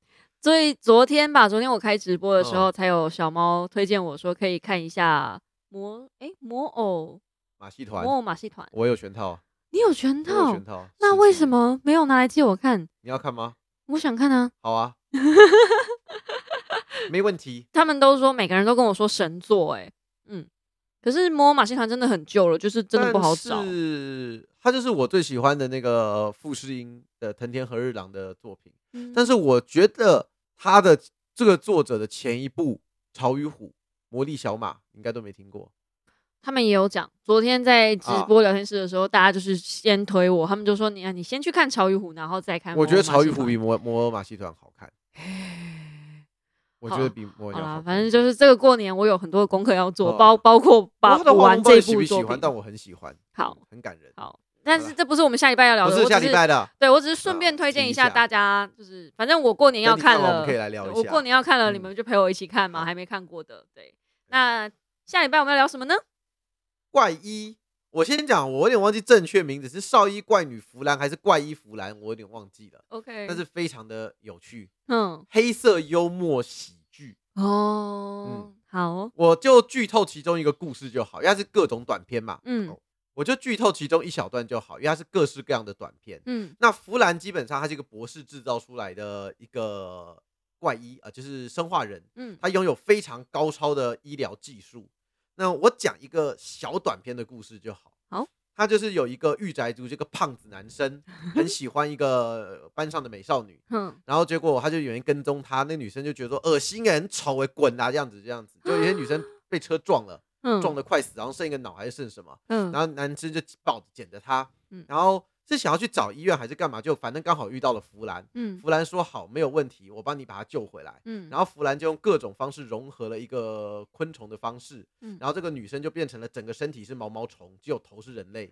Speaker 2: 所以昨天吧，昨天我开直播的时候，
Speaker 1: 嗯
Speaker 2: 才有小猫推荐我说可以看一下魔哎、魔偶
Speaker 1: 马 戏团
Speaker 2: 魔，偶马戏团，
Speaker 1: 我有全套，啊
Speaker 2: 你有哦全
Speaker 1: 我有
Speaker 2: 套
Speaker 1: 全，套。
Speaker 2: 那
Speaker 1: 四
Speaker 2: 为
Speaker 1: 集
Speaker 2: 什么没有拿来借我看？
Speaker 1: 你要看吗？
Speaker 2: 我想看啊。
Speaker 1: 好 啊，没问题。
Speaker 2: 他们都说每个人都跟我说神作、哎，嗯，可是魔偶马戏团真的很旧了，就是真的不好找
Speaker 1: 但。是他就是我最喜欢的那个富士英的藤田和日郎的作品，
Speaker 2: 嗯
Speaker 1: 但是我觉得他的这个作者的前一部《潮与虎》《魔力小马》应该都没听过。
Speaker 2: 他们也有讲，昨天在
Speaker 1: 啊
Speaker 2: 直播聊天室的时候，大家就是先推我，他们就说你啊，你先去看《潮与虎》，然后再看。
Speaker 1: 我觉得《潮与虎》比摩《摩尔马戏团》好看，我觉
Speaker 2: 好
Speaker 1: 得比《摩尔
Speaker 2: 好
Speaker 1: 鸟好
Speaker 2: 啦，
Speaker 1: 看
Speaker 2: 反正就是这个过年我有很多功课要做，
Speaker 1: 哦
Speaker 2: 包包括把
Speaker 1: 我不知道
Speaker 2: 补
Speaker 1: 黄
Speaker 2: 完
Speaker 1: 龙到
Speaker 2: 这
Speaker 1: 底
Speaker 2: 一
Speaker 1: 喜
Speaker 2: 部
Speaker 1: 不喜
Speaker 2: 作
Speaker 1: 欢，
Speaker 2: 品。
Speaker 1: 但我很喜欢。
Speaker 2: 好
Speaker 1: 很感人。
Speaker 2: 好，但
Speaker 1: 好
Speaker 2: 是
Speaker 1: 啦
Speaker 2: 这不是我们下礼拜要聊
Speaker 1: 不
Speaker 2: 的，
Speaker 1: 是
Speaker 2: 我
Speaker 1: 下
Speaker 2: 只
Speaker 1: 礼拜的，
Speaker 2: 对我只是顺
Speaker 1: 啊
Speaker 2: 便推荐
Speaker 1: 提
Speaker 2: 一
Speaker 1: 一
Speaker 2: 下
Speaker 1: 下
Speaker 2: 大家，就是反正我过年要
Speaker 1: 等你看
Speaker 2: 看
Speaker 1: 完我
Speaker 2: 了，
Speaker 1: 们可以来聊一
Speaker 2: 我
Speaker 1: 下
Speaker 2: 过年要看了，你
Speaker 1: 嗯
Speaker 2: 们就陪我一起看嘛，
Speaker 1: 好
Speaker 2: 还没看过的，对。那下礼拜我们要聊什么呢？
Speaker 1: 怪医。我先讲，我有点忘记正确名字是少医怪女弗兰还是怪医弗兰，我有点忘记了。
Speaker 2: OK，
Speaker 1: 但是非常的有趣，
Speaker 2: 嗯
Speaker 1: 黑色幽默喜剧。
Speaker 2: 哦
Speaker 1: 嗯
Speaker 2: 好哦
Speaker 1: 我就剧透其中一个故事就好，因为它是各种短片嘛，
Speaker 2: 嗯
Speaker 1: 我就剧透其中一小段就好，因为它是各式各样的短片。
Speaker 2: 嗯
Speaker 1: 那弗兰基本上他是一个博士制造出来的一个怪医啊、呃就是生化人，
Speaker 2: 嗯
Speaker 1: 他拥有非常高超的医疗技术。那我讲一个小短片的故事就好。
Speaker 2: 好，
Speaker 1: 他就是有一个御宅族，这个胖子男生很喜欢一个呃班上的美少女，
Speaker 2: 哼
Speaker 1: 然后结果他就有人跟踪他，那女生就觉得说恶心哎，很丑哎，滚啊这样子这样子，就有些女生被车撞了，
Speaker 2: 嗯
Speaker 1: 撞得快死，然后剩一个脑还是剩什么，
Speaker 2: 嗯
Speaker 1: 然后男生就抱着捡着他
Speaker 2: 嗯，
Speaker 1: 然后是想要去找医院还是干嘛，就反正刚好遇到了弗兰，
Speaker 2: 嗯
Speaker 1: 弗兰说好没有问题，我帮你把他救回来。
Speaker 2: 嗯
Speaker 1: 然后弗兰就用各种方式融合了一个昆虫的方式，
Speaker 2: 嗯
Speaker 1: 然后这个女生就变成了整个身体是毛毛虫，只有头是人类，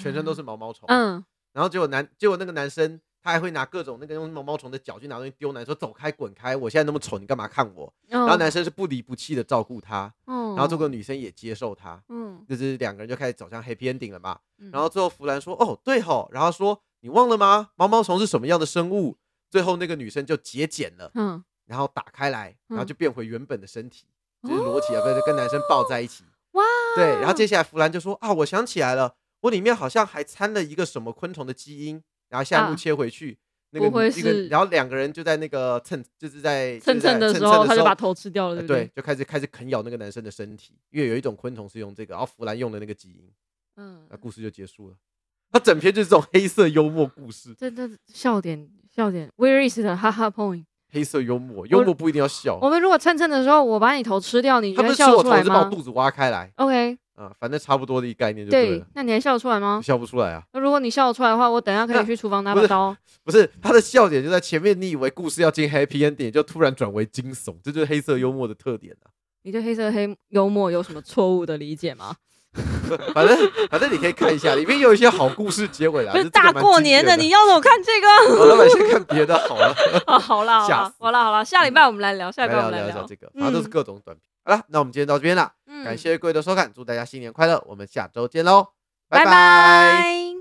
Speaker 1: 全身都是毛毛虫。
Speaker 2: 嗯
Speaker 1: 然后结果男，结果那个男生他还会拿各种那个用毛毛虫的脚去拿东西丢男生，说走开滚开，我现在那么丑，你干嘛看我？
Speaker 2: 然
Speaker 1: 然后男生是不离不弃的照顾她，然
Speaker 2: 然
Speaker 1: 后这个女生也接受他，
Speaker 2: 哦嗯
Speaker 1: 就是两个人就开始走向 happy ending 了嘛。
Speaker 2: 嗯
Speaker 1: 然后最后弗兰说：“哦，对吼。”然后说：“你忘了吗？毛毛虫是什么样的生物？”最后那个女生就节俭了，
Speaker 2: 嗯
Speaker 1: 然后打开来，然后
Speaker 2: 嗯
Speaker 1: 就变回原本的身体，就是裸体啊，不是跟男生抱在一起。
Speaker 2: 哦哇哦
Speaker 1: 对，然后接下来弗兰就说：“啊，我想起来了，我里面好像还掺了一个什么昆虫的基因。”然后下一
Speaker 2: 啊
Speaker 1: 幕切回去，那
Speaker 2: 不
Speaker 1: 个
Speaker 2: 会
Speaker 1: 女那个，
Speaker 2: 是
Speaker 1: 然后两个人就在那个蹭，就是在
Speaker 2: 蹭蹭的
Speaker 1: 时
Speaker 2: 时候
Speaker 1: 他
Speaker 2: 他就把头吃掉了，对不
Speaker 1: 对，？就开始开始啃咬那个男生的身体，因为有一种昆虫是用这个，然后弗兰用的那个基因，
Speaker 2: 嗯
Speaker 1: 那，故事就结束了。他整篇就是这种黑色幽默故事，
Speaker 2: 真的笑点笑点，Where is 的哈哈 point？
Speaker 1: 黑色幽默，幽默不一定要笑
Speaker 2: 我，们如果蹭蹭的时候，我把你头吃掉，哦你
Speaker 1: 哦他
Speaker 2: 还
Speaker 1: 不是吃
Speaker 2: 笑得
Speaker 1: 我
Speaker 2: 出
Speaker 1: 头，
Speaker 2: 来
Speaker 1: 是把我
Speaker 2: 吗
Speaker 1: 肚子挖开来，
Speaker 2: ？OK，
Speaker 1: 啊，反正差不多的一概念就
Speaker 2: 对
Speaker 1: 了，，
Speaker 2: 那你还笑得出来吗？
Speaker 1: 笑不出来啊，
Speaker 2: 那如果你笑得出来的话，我等一下可以去厨房拿
Speaker 1: 不
Speaker 2: 把
Speaker 1: 是
Speaker 2: 刀。
Speaker 1: 不是他的笑点就在前面，你以为故事要进 happy ending，就突然转为惊悚，这就是黑色幽默的特点啊。
Speaker 2: 你对黑色黑幽默有什么错误的理解吗？
Speaker 1: 反正反正你可以看一下，里面有一些好故事结尾啦，
Speaker 2: 不
Speaker 1: 啊
Speaker 2: 是
Speaker 1: 就这个
Speaker 2: 大
Speaker 1: 蛮
Speaker 2: 过
Speaker 1: 经
Speaker 2: 年
Speaker 1: 典的，
Speaker 2: 你要怎么看这个？
Speaker 1: 好老百姓看别的好了。
Speaker 2: 啊好啦好
Speaker 1: 吓
Speaker 2: 啦
Speaker 1: 死
Speaker 2: 好啦好啦，下礼拜我们来聊，下
Speaker 1: 来
Speaker 2: 礼拜
Speaker 1: 聊
Speaker 2: 我们
Speaker 1: 聊
Speaker 2: 来
Speaker 1: 一下
Speaker 2: 聊
Speaker 1: 这个，反正都是
Speaker 2: 嗯
Speaker 1: 各种短片。好了，那我们今天到这边了，
Speaker 2: 嗯
Speaker 1: 感谢各位的收看，祝大家新年快乐，我们下周见喽，
Speaker 2: 拜
Speaker 1: 拜
Speaker 2: 拜